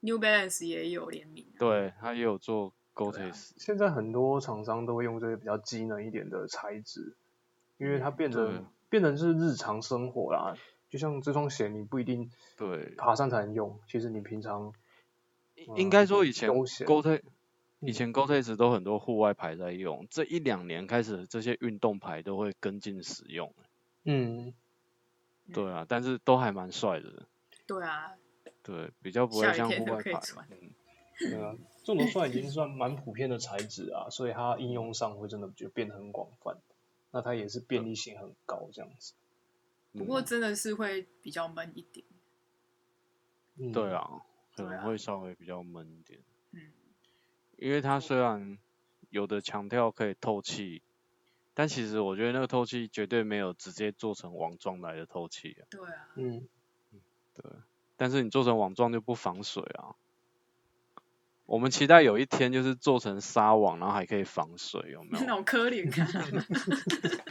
Speaker 3: New Balance 也有联名啊。
Speaker 1: 嗯对它也有做 Gore-Tex，
Speaker 2: 现在很多厂商都会用这些比较机能一点的材质，因为它变
Speaker 1: 对
Speaker 2: 成变成是日常生活啦。就像这双鞋，你不一定
Speaker 3: 啊
Speaker 1: 对，
Speaker 2: 爬山才能用，其实你平常
Speaker 1: 应应该说以前
Speaker 2: 休嗯闲
Speaker 1: GoT 以
Speaker 2: 嗯
Speaker 1: 前 GoTex 都很多户外牌在用，这一两年开始这些运动牌都会跟进使用。
Speaker 2: 嗯，
Speaker 3: 嗯
Speaker 1: 对啊，但是都还蛮帅的，
Speaker 3: 对啊，
Speaker 1: 对，比较不
Speaker 3: 下
Speaker 1: 会
Speaker 3: 雨
Speaker 1: 像
Speaker 3: 天
Speaker 1: 户
Speaker 3: 都
Speaker 1: 外
Speaker 3: 可以
Speaker 1: 牌。
Speaker 3: 穿
Speaker 1: 嗯，
Speaker 2: 对啊，这种算已经算蛮普遍的材质啊，所以它应用上会真的就变得很广泛。那它也是便利性很高这样子。
Speaker 3: 不过
Speaker 1: 嗯
Speaker 3: 真的是会比较闷一点。
Speaker 2: 嗯，
Speaker 1: 对，啊，可
Speaker 3: 对
Speaker 1: 能
Speaker 3: 啊
Speaker 1: 会稍微比较闷一点，
Speaker 3: 嗯，
Speaker 1: 因为它虽然有的强调可以透气，但其实我觉得那个透气绝对没有直接做成网状来的透气啊。
Speaker 3: 对啊，
Speaker 2: 嗯，
Speaker 1: 但是你做成网状就不防水啊。我们期待有一天就是做成纱网，然后还可以防水，有没
Speaker 3: 那
Speaker 1: 有？
Speaker 3: 种可怜 啊，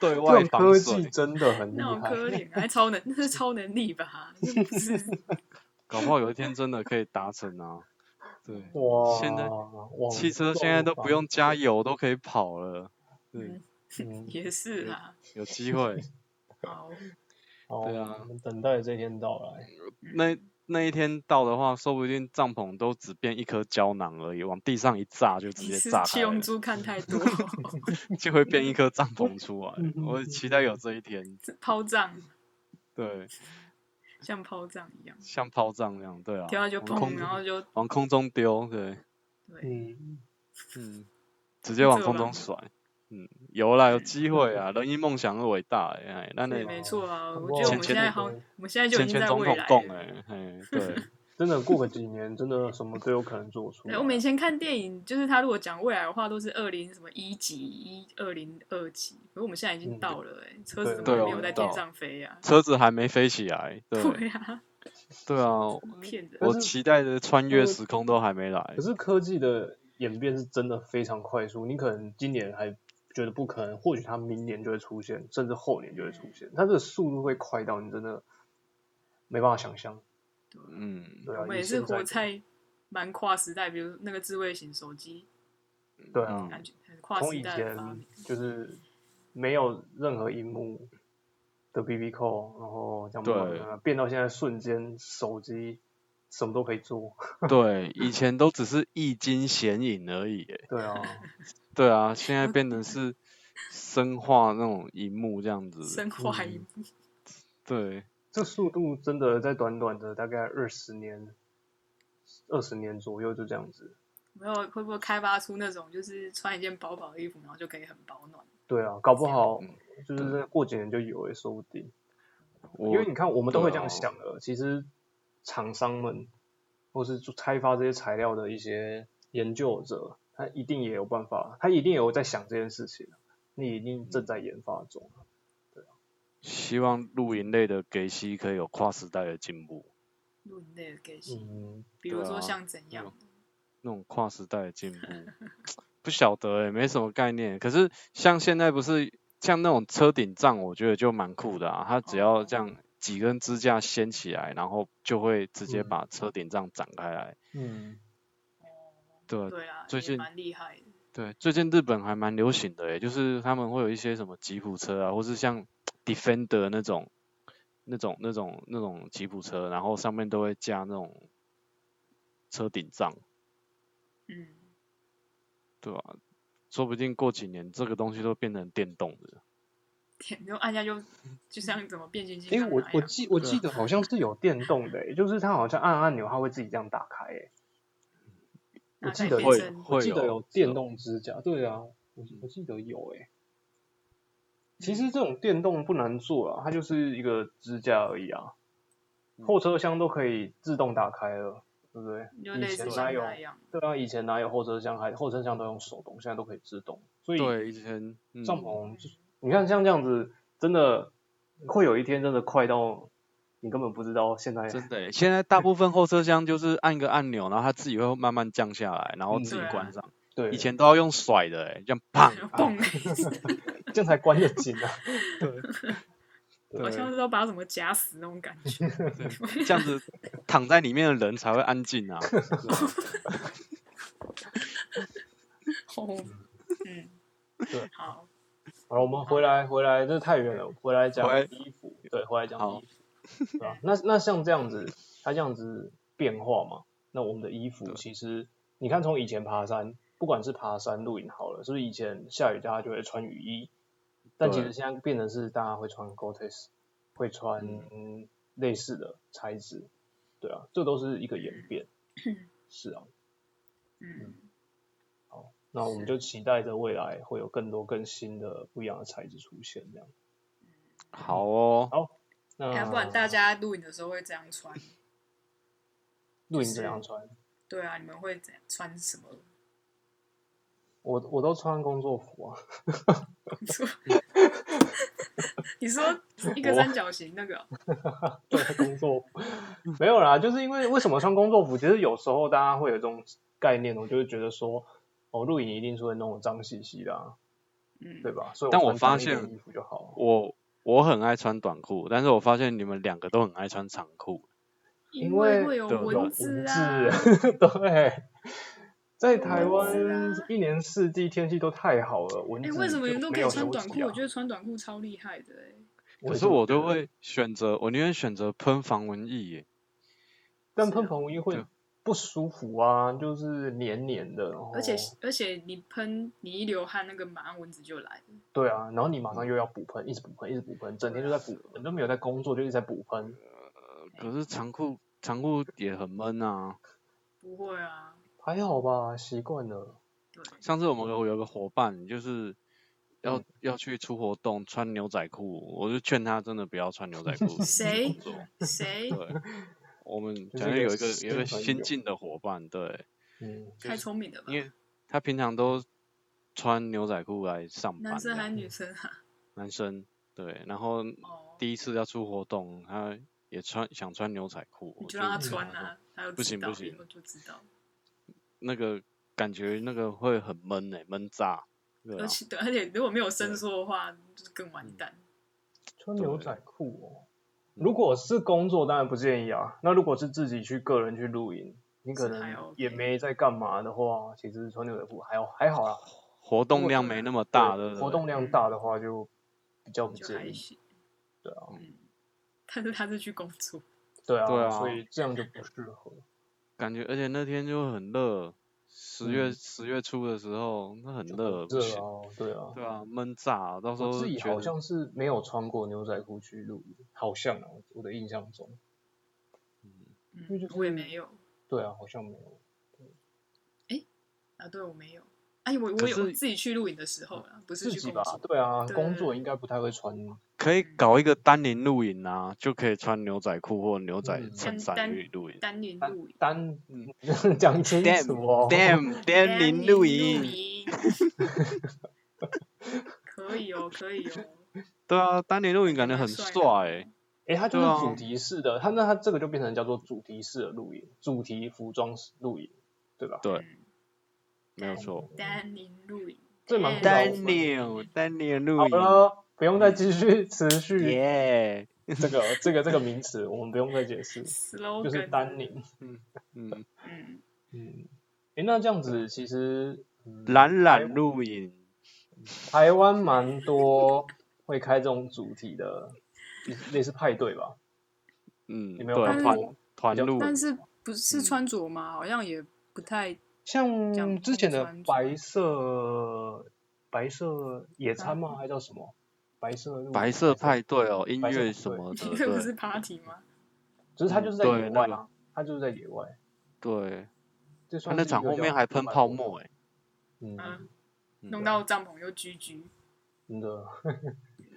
Speaker 1: 对
Speaker 2: 这
Speaker 1: 外
Speaker 2: 种
Speaker 1: 防
Speaker 2: 科技
Speaker 1: 水，
Speaker 2: 真的很厉
Speaker 3: 那种
Speaker 2: 害。
Speaker 3: 可怜啊，还超能，那是超能力吧？那不是
Speaker 1: 搞不好有一天真的可以达成啊。 对，
Speaker 2: 哇，
Speaker 1: 现在
Speaker 2: 网
Speaker 1: 汽车现在都不用
Speaker 2: 状
Speaker 1: 加油都可以跑了。对
Speaker 3: 嗯，
Speaker 2: 嗯
Speaker 3: 也是 啊。
Speaker 1: 有机会。
Speaker 2: 法，
Speaker 3: 好，
Speaker 1: 对
Speaker 2: 好
Speaker 1: 啊
Speaker 2: 我们等待这一天到来。
Speaker 1: 那那一天到的话，说不定帐篷都只变一颗胶囊而已，往地上一炸就直
Speaker 3: 你
Speaker 1: 接
Speaker 3: 是
Speaker 1: 炸
Speaker 3: 七
Speaker 1: 开
Speaker 3: 龙
Speaker 1: 了，
Speaker 3: 珠看太多，
Speaker 1: 就会变一颗帐篷出来
Speaker 2: 嗯。嗯
Speaker 1: 我
Speaker 2: 嗯
Speaker 1: 期待有这一天。
Speaker 3: 抛仗
Speaker 1: 对，
Speaker 3: 像抛仗一样，
Speaker 1: 像炮仗那样，对啊，
Speaker 3: 跳下就
Speaker 1: 往空
Speaker 3: 砰，然后就
Speaker 1: 往空中丢，对，
Speaker 3: 对，
Speaker 2: 嗯，
Speaker 1: 嗯，直接往
Speaker 3: 这
Speaker 1: 空中
Speaker 3: 吧
Speaker 1: 甩，嗯，有啦，有机会啊，人因梦想而伟大、欸，哎，那
Speaker 3: 对，
Speaker 1: 那
Speaker 3: 没错啊。
Speaker 2: 哇
Speaker 3: 我觉得我们
Speaker 1: 前
Speaker 3: 现在好像
Speaker 2: 前，
Speaker 3: 我们现在就已
Speaker 1: 前
Speaker 3: 经
Speaker 1: 前
Speaker 3: 在
Speaker 1: 总
Speaker 3: 未
Speaker 1: 统
Speaker 3: 来
Speaker 1: 共、
Speaker 3: 了。
Speaker 1: 欸，哎，哎，对，
Speaker 2: 真的过个几年，真的什么都有可能做出来。
Speaker 3: 对，哎我们以前看电影，就是他如果讲未来的话，都是二零什么一级、一二零二级，可是我们现在已经
Speaker 2: 嗯
Speaker 3: 到了、欸，车子
Speaker 2: 对
Speaker 3: 怎
Speaker 1: 对啊
Speaker 3: 么还没
Speaker 1: 我
Speaker 3: 有
Speaker 1: 们
Speaker 3: 在
Speaker 1: 到
Speaker 3: 天
Speaker 1: 了
Speaker 3: 上飞 呀、
Speaker 1: 车子还没飞起来，对，
Speaker 3: 对啊，
Speaker 1: 对啊，
Speaker 3: 骗人！
Speaker 1: 我
Speaker 2: 但是
Speaker 1: 期待的穿越
Speaker 2: 呃
Speaker 1: 时空都还没来
Speaker 2: 可，是科技的演变是真的非常快速，你可能今年还觉得不可能，或许它明年就会出现，甚至后年就会出现。它这个速度会快到你真的没办法想象。
Speaker 1: 嗯，
Speaker 2: 对啊，
Speaker 3: 我们也
Speaker 2: 以
Speaker 3: 是
Speaker 2: 现在
Speaker 3: 活在蛮跨时代，比如那个智慧型手机，
Speaker 2: 对啊，
Speaker 1: 嗯
Speaker 3: 感觉很跨
Speaker 2: 从
Speaker 3: 时
Speaker 2: 以
Speaker 3: 代的发
Speaker 2: 前
Speaker 3: 明。
Speaker 2: 就是没有任何荧幕的 BB 扣，然后讲不完
Speaker 1: 对
Speaker 2: 的变到现在瞬间手机什么都可以做。
Speaker 1: 嗯对，以前都只是易经显影而已、欸，
Speaker 2: 对啊，
Speaker 1: 对啊，现在变成是生化那种荧幕这样子，
Speaker 3: 生化一幕
Speaker 1: 对，
Speaker 2: 这速度真的在短短的大概二十年、二十年左右就这样子。
Speaker 3: 没有会不会开发出那种就是穿一件薄薄的衣服，然后就可以很保暖？
Speaker 2: 对啊，搞不好
Speaker 1: 嗯
Speaker 2: 就是再过几年就有也说不定。因
Speaker 1: 我
Speaker 2: 为你看，我们都会这
Speaker 1: 对啊
Speaker 2: 样想的。其实厂商们或是做开发这些材料的一些研究者，他一定也有办法，他一定有在想这件事情，啊你一定正在研发中。啊
Speaker 1: 希望露营类的给息可以有跨时代的进步，
Speaker 3: 露营类的给息，
Speaker 2: 嗯，
Speaker 3: 比如
Speaker 1: 对啊
Speaker 3: 说像怎样？
Speaker 1: 那种跨时代的进步，不晓得哎、欸，没什么概念。可是像现在不是像那种车顶帐，我觉得就蛮酷的啊，它只要这样几根支架掀起来，然后就会直接
Speaker 2: 嗯
Speaker 1: 把车顶帐展开来。
Speaker 2: 嗯，
Speaker 1: 对
Speaker 3: 对啊，
Speaker 1: 最
Speaker 3: 也
Speaker 1: 近
Speaker 3: 蛮厉害的。
Speaker 1: 对，最近日本还蛮流行的诶，就是他们会有一些什么吉普车啊，或是像 Defender 那种、那种、那种、那种吉普车，然后上面都会加那种车顶帐，
Speaker 3: 嗯，
Speaker 1: 对吧、说不定过几年这个东西都变成电动的。
Speaker 3: 天，你就按下就就像怎么变形金
Speaker 2: 哎、
Speaker 3: 刚
Speaker 2: 我
Speaker 3: 那
Speaker 2: 我
Speaker 3: 样
Speaker 2: 记我
Speaker 1: 对啊
Speaker 2: 记得好像是有电动的、欸，就是它好像按按钮，它会自己这样打开、欸，
Speaker 3: 那
Speaker 2: 我记
Speaker 3: 再
Speaker 2: 得
Speaker 3: 变
Speaker 1: 会
Speaker 3: 身
Speaker 1: 会哦
Speaker 2: 我记得
Speaker 1: 有
Speaker 2: 有电动支架，对啊，我我记得有、欸，
Speaker 1: 嗯
Speaker 2: 其实这种电动不难做啊，它就是一个支架而已啊，
Speaker 1: 嗯
Speaker 2: 后车厢都可以自动打开了，对不对？
Speaker 3: 就类
Speaker 2: 以
Speaker 3: 似
Speaker 2: 前
Speaker 3: 像
Speaker 2: 哪有
Speaker 3: 那样，
Speaker 2: 对啊，以前哪有后车厢还后车厢都用手动，现在都可以自动，所以
Speaker 1: 对，以前、嗯、
Speaker 2: 帐篷就是你看像这样子，真的会有一天真的快到你根本不知道现在
Speaker 1: 真的耶，欸现在大部分后车厢就是按一个按钮，然后它自己会慢慢降下来，然后自己
Speaker 3: 嗯
Speaker 1: 关上。
Speaker 2: 对
Speaker 1: 以前都要用甩的，哎，这样砰，
Speaker 3: 蹦，
Speaker 2: 这样才关得紧啊。
Speaker 3: 好
Speaker 1: 对，啊
Speaker 3: 像是要把它怎么夹死那种感 觉。
Speaker 1: 对啊这样子躺在里面的人才会安静 啊。
Speaker 3: 哦，嗯，
Speaker 2: 对
Speaker 3: 好，
Speaker 2: 好了，我们回来回来，这太远了，回来讲
Speaker 1: 回
Speaker 2: 衣服，对，回来讲
Speaker 1: 好
Speaker 2: 衣服， 对吧、啊那那像这样子，它这样子变化嘛，那我们的衣服
Speaker 1: 对
Speaker 2: 其实，你看从以前爬山，不管是爬山、露营好了，是不是以前下雨大家就会穿雨衣，但其
Speaker 1: 对
Speaker 2: 实现在变成是大家会穿 Gore-Tex，会穿
Speaker 1: 嗯
Speaker 2: 类似的材质，对啊，这都是一个演变，是啊，
Speaker 3: 嗯，
Speaker 2: 那我们就期待着未来会有更多更新的不一样的材质出现，这样。
Speaker 1: 好哦，
Speaker 2: 那
Speaker 3: 哎，不然大家录影的时候会这样穿？
Speaker 2: 露营
Speaker 3: 是
Speaker 2: 怎样穿？
Speaker 3: 对啊，你们会怎样穿什么？
Speaker 2: 我我都穿工作服啊，
Speaker 3: 你 说，你说一个三角形那个哦，
Speaker 2: 对，工作服 没有啦，就是因为为什么穿工作服？其实有时候大家会有这种概念，我就会觉得说，哦，露营一定是会弄得脏兮兮的、啊，
Speaker 3: 嗯，
Speaker 2: 对吧？所以
Speaker 1: 但
Speaker 2: 我
Speaker 1: 我发
Speaker 2: 穿脏一点
Speaker 1: 现
Speaker 2: 衣服就好了。
Speaker 1: 我我很爱穿短裤，但是我发现你们两个都很爱穿长裤。
Speaker 3: 因
Speaker 2: 因为
Speaker 3: 会有
Speaker 1: 对有
Speaker 3: 蚊子啊
Speaker 2: 有，蚊子 对，在台
Speaker 3: 有蚊
Speaker 2: 湾
Speaker 3: 子啊
Speaker 2: 一年四季天气都太好了，蚊
Speaker 3: 哎，
Speaker 2: 子、
Speaker 3: 为什么你们都可以穿短裤？我觉
Speaker 2: 得，
Speaker 3: 得穿短裤超厉害的哎。
Speaker 1: 可是我都，会选择，我宁愿选择喷防蚊液欸耶。
Speaker 2: 但喷蓬衣会
Speaker 1: 啊对
Speaker 2: 不舒服啊，就是黏黏
Speaker 1: 哦
Speaker 2: 的，哦然后
Speaker 3: 而且而且你喷你一流汗，那个马上蚊子就来了。
Speaker 2: 对啊，然后你马上又要补喷，一直补喷，一直补喷，整天就在补喷，都没有在工作，就一直在补喷。
Speaker 1: 可是长裤长裤也很闷啊。
Speaker 3: 不会啊，
Speaker 2: 还好吧，习惯了。
Speaker 3: 对，
Speaker 1: 上次我们有有个伙伴就是要、
Speaker 2: 嗯
Speaker 1: 要去出活动穿牛仔裤，我就劝他真的不要穿牛仔裤。
Speaker 3: 谁
Speaker 1: 工作
Speaker 3: 谁
Speaker 1: 对，我们
Speaker 2: 就是
Speaker 1: 反正
Speaker 2: 一个
Speaker 1: 有一个
Speaker 2: 新
Speaker 1: 有一个
Speaker 2: 朋友
Speaker 1: 新进的伙伴，对，
Speaker 2: 嗯，
Speaker 3: 太聪明了吧
Speaker 1: 因？为他平常都穿牛仔裤来上班
Speaker 3: 男
Speaker 1: 这
Speaker 3: 生
Speaker 1: 样，
Speaker 3: 还是女生 啊？
Speaker 1: 男生对，然后
Speaker 3: 哦，
Speaker 1: 第一次要出活动，他也穿想穿牛仔裤，
Speaker 3: 你
Speaker 1: 我
Speaker 3: 就让他
Speaker 1: 跟
Speaker 3: 穿
Speaker 1: 说
Speaker 3: 啊，他就
Speaker 1: 不
Speaker 3: 知
Speaker 1: 行
Speaker 3: 道，
Speaker 1: 不
Speaker 3: 以
Speaker 1: 行
Speaker 3: 后就知道。
Speaker 1: 那个感觉那个会很闷诶、闷炸，对
Speaker 3: 而
Speaker 1: 啊，嗯
Speaker 3: 且 对，而且如果没有伸缩的话，就是更完蛋。
Speaker 2: 穿牛仔裤哦。如果是工作，当然不建议啊。那如果是自己去个人去露营，你可
Speaker 3: 是还
Speaker 2: 能
Speaker 3: OK
Speaker 2: 也没在干嘛的话，其实穿牛仔裤还好还好啦。
Speaker 1: 活动量没那么大，对
Speaker 2: 对
Speaker 1: 不对？
Speaker 2: 活动量大的话就比较不
Speaker 3: 就
Speaker 2: 建
Speaker 3: 还
Speaker 2: 议。
Speaker 3: 行。
Speaker 2: 对啊，
Speaker 3: 嗯，但是他是去工作，
Speaker 2: 对啊，
Speaker 1: 对啊
Speaker 2: 所以这样就不适合。
Speaker 1: 感觉，而且那天就很热，十月
Speaker 2: 嗯
Speaker 1: 十、月初的时候，那很热，不
Speaker 2: 热
Speaker 1: 行，
Speaker 2: 啊，对啊。
Speaker 1: 对啊，闷炸，到时
Speaker 2: 我
Speaker 1: 候
Speaker 2: 自己
Speaker 1: 觉
Speaker 2: 好
Speaker 1: 得
Speaker 2: 像是没有穿过牛仔裤去露营，好像啊，我我的印象中。因为
Speaker 3: 嗯
Speaker 2: 就，是
Speaker 3: 我也没有
Speaker 2: 对啊，好像没有。
Speaker 3: 啊，对我没有。哎，我
Speaker 1: 可
Speaker 3: 我有
Speaker 1: 是
Speaker 3: 我自己去露营的时候啊啦，不是
Speaker 2: 自
Speaker 3: 去
Speaker 2: 己
Speaker 3: 工
Speaker 2: 吧
Speaker 3: 作，。
Speaker 2: 对啊，
Speaker 3: 对
Speaker 2: 工作应该不太会穿。
Speaker 1: 可以搞一个单人露营啊，就可以穿牛仔裤或牛仔
Speaker 2: 嗯
Speaker 1: 衬
Speaker 3: 单
Speaker 1: 衫
Speaker 3: 单
Speaker 1: 去露营。
Speaker 3: 单年露营，
Speaker 2: 单 讲清楚哦。
Speaker 1: 嗯 Damn，单人露营，
Speaker 3: 营，可以哦，可以哦，
Speaker 1: 对啊，单人露营感觉
Speaker 3: 蛮
Speaker 1: 很
Speaker 3: 帅
Speaker 1: 帅
Speaker 3: 的
Speaker 1: 欸
Speaker 2: 哎，它就
Speaker 1: 对啊
Speaker 2: 是主题式的，它那它这个就变成叫做主题式的露营，主题服装式露营， 对吧？
Speaker 1: 对
Speaker 3: 嗯
Speaker 1: 没有错。
Speaker 3: 丹宁露营，
Speaker 2: 这蛮
Speaker 3: 丹
Speaker 2: 高
Speaker 1: 单人单人露
Speaker 2: 好
Speaker 1: 营，
Speaker 2: 了，不用再继续
Speaker 1: 嗯
Speaker 2: 持续
Speaker 1: 耶，
Speaker 2: 这个这个这个名词，我们不用再解释，就是
Speaker 3: slogan
Speaker 2: 单宁。
Speaker 1: 嗯，
Speaker 3: 嗯，
Speaker 2: 嗯，诶，那这样子其实，嗯
Speaker 1: 懒
Speaker 2: 台
Speaker 1: 懒露营，
Speaker 2: 台湾蛮多会开这种主题的，类似派对吧？
Speaker 1: 嗯，
Speaker 2: 你
Speaker 1: 对，
Speaker 2: 没有看
Speaker 1: 团
Speaker 2: 过？
Speaker 1: 团
Speaker 2: 比较
Speaker 1: 露，
Speaker 3: 但是不是
Speaker 1: 嗯
Speaker 3: 穿着吗？好像也不太
Speaker 2: 像
Speaker 3: 讲
Speaker 2: 之前的
Speaker 3: 红砖
Speaker 2: 白色白色野餐吗？还叫什么？白色路
Speaker 1: 白色派对哦，音
Speaker 2: 白色派
Speaker 1: 乐
Speaker 2: 呃对
Speaker 1: 什么 的，
Speaker 3: 这 不是
Speaker 1: 对
Speaker 3: party 吗？
Speaker 2: 只是它就是在
Speaker 1: 嗯对
Speaker 2: 野外
Speaker 1: 那
Speaker 2: 啊，它就是在野外。
Speaker 1: 对，他
Speaker 2: 这算
Speaker 1: 啊那
Speaker 2: 是一
Speaker 1: 场
Speaker 2: 个
Speaker 1: 后
Speaker 2: 叫
Speaker 1: 面还喷
Speaker 2: 慢
Speaker 1: 泡
Speaker 2: 活，
Speaker 1: 沫哎，
Speaker 2: 嗯
Speaker 3: 嗯，
Speaker 1: 嗯
Speaker 3: 弄到帐篷又居居。
Speaker 2: 真的，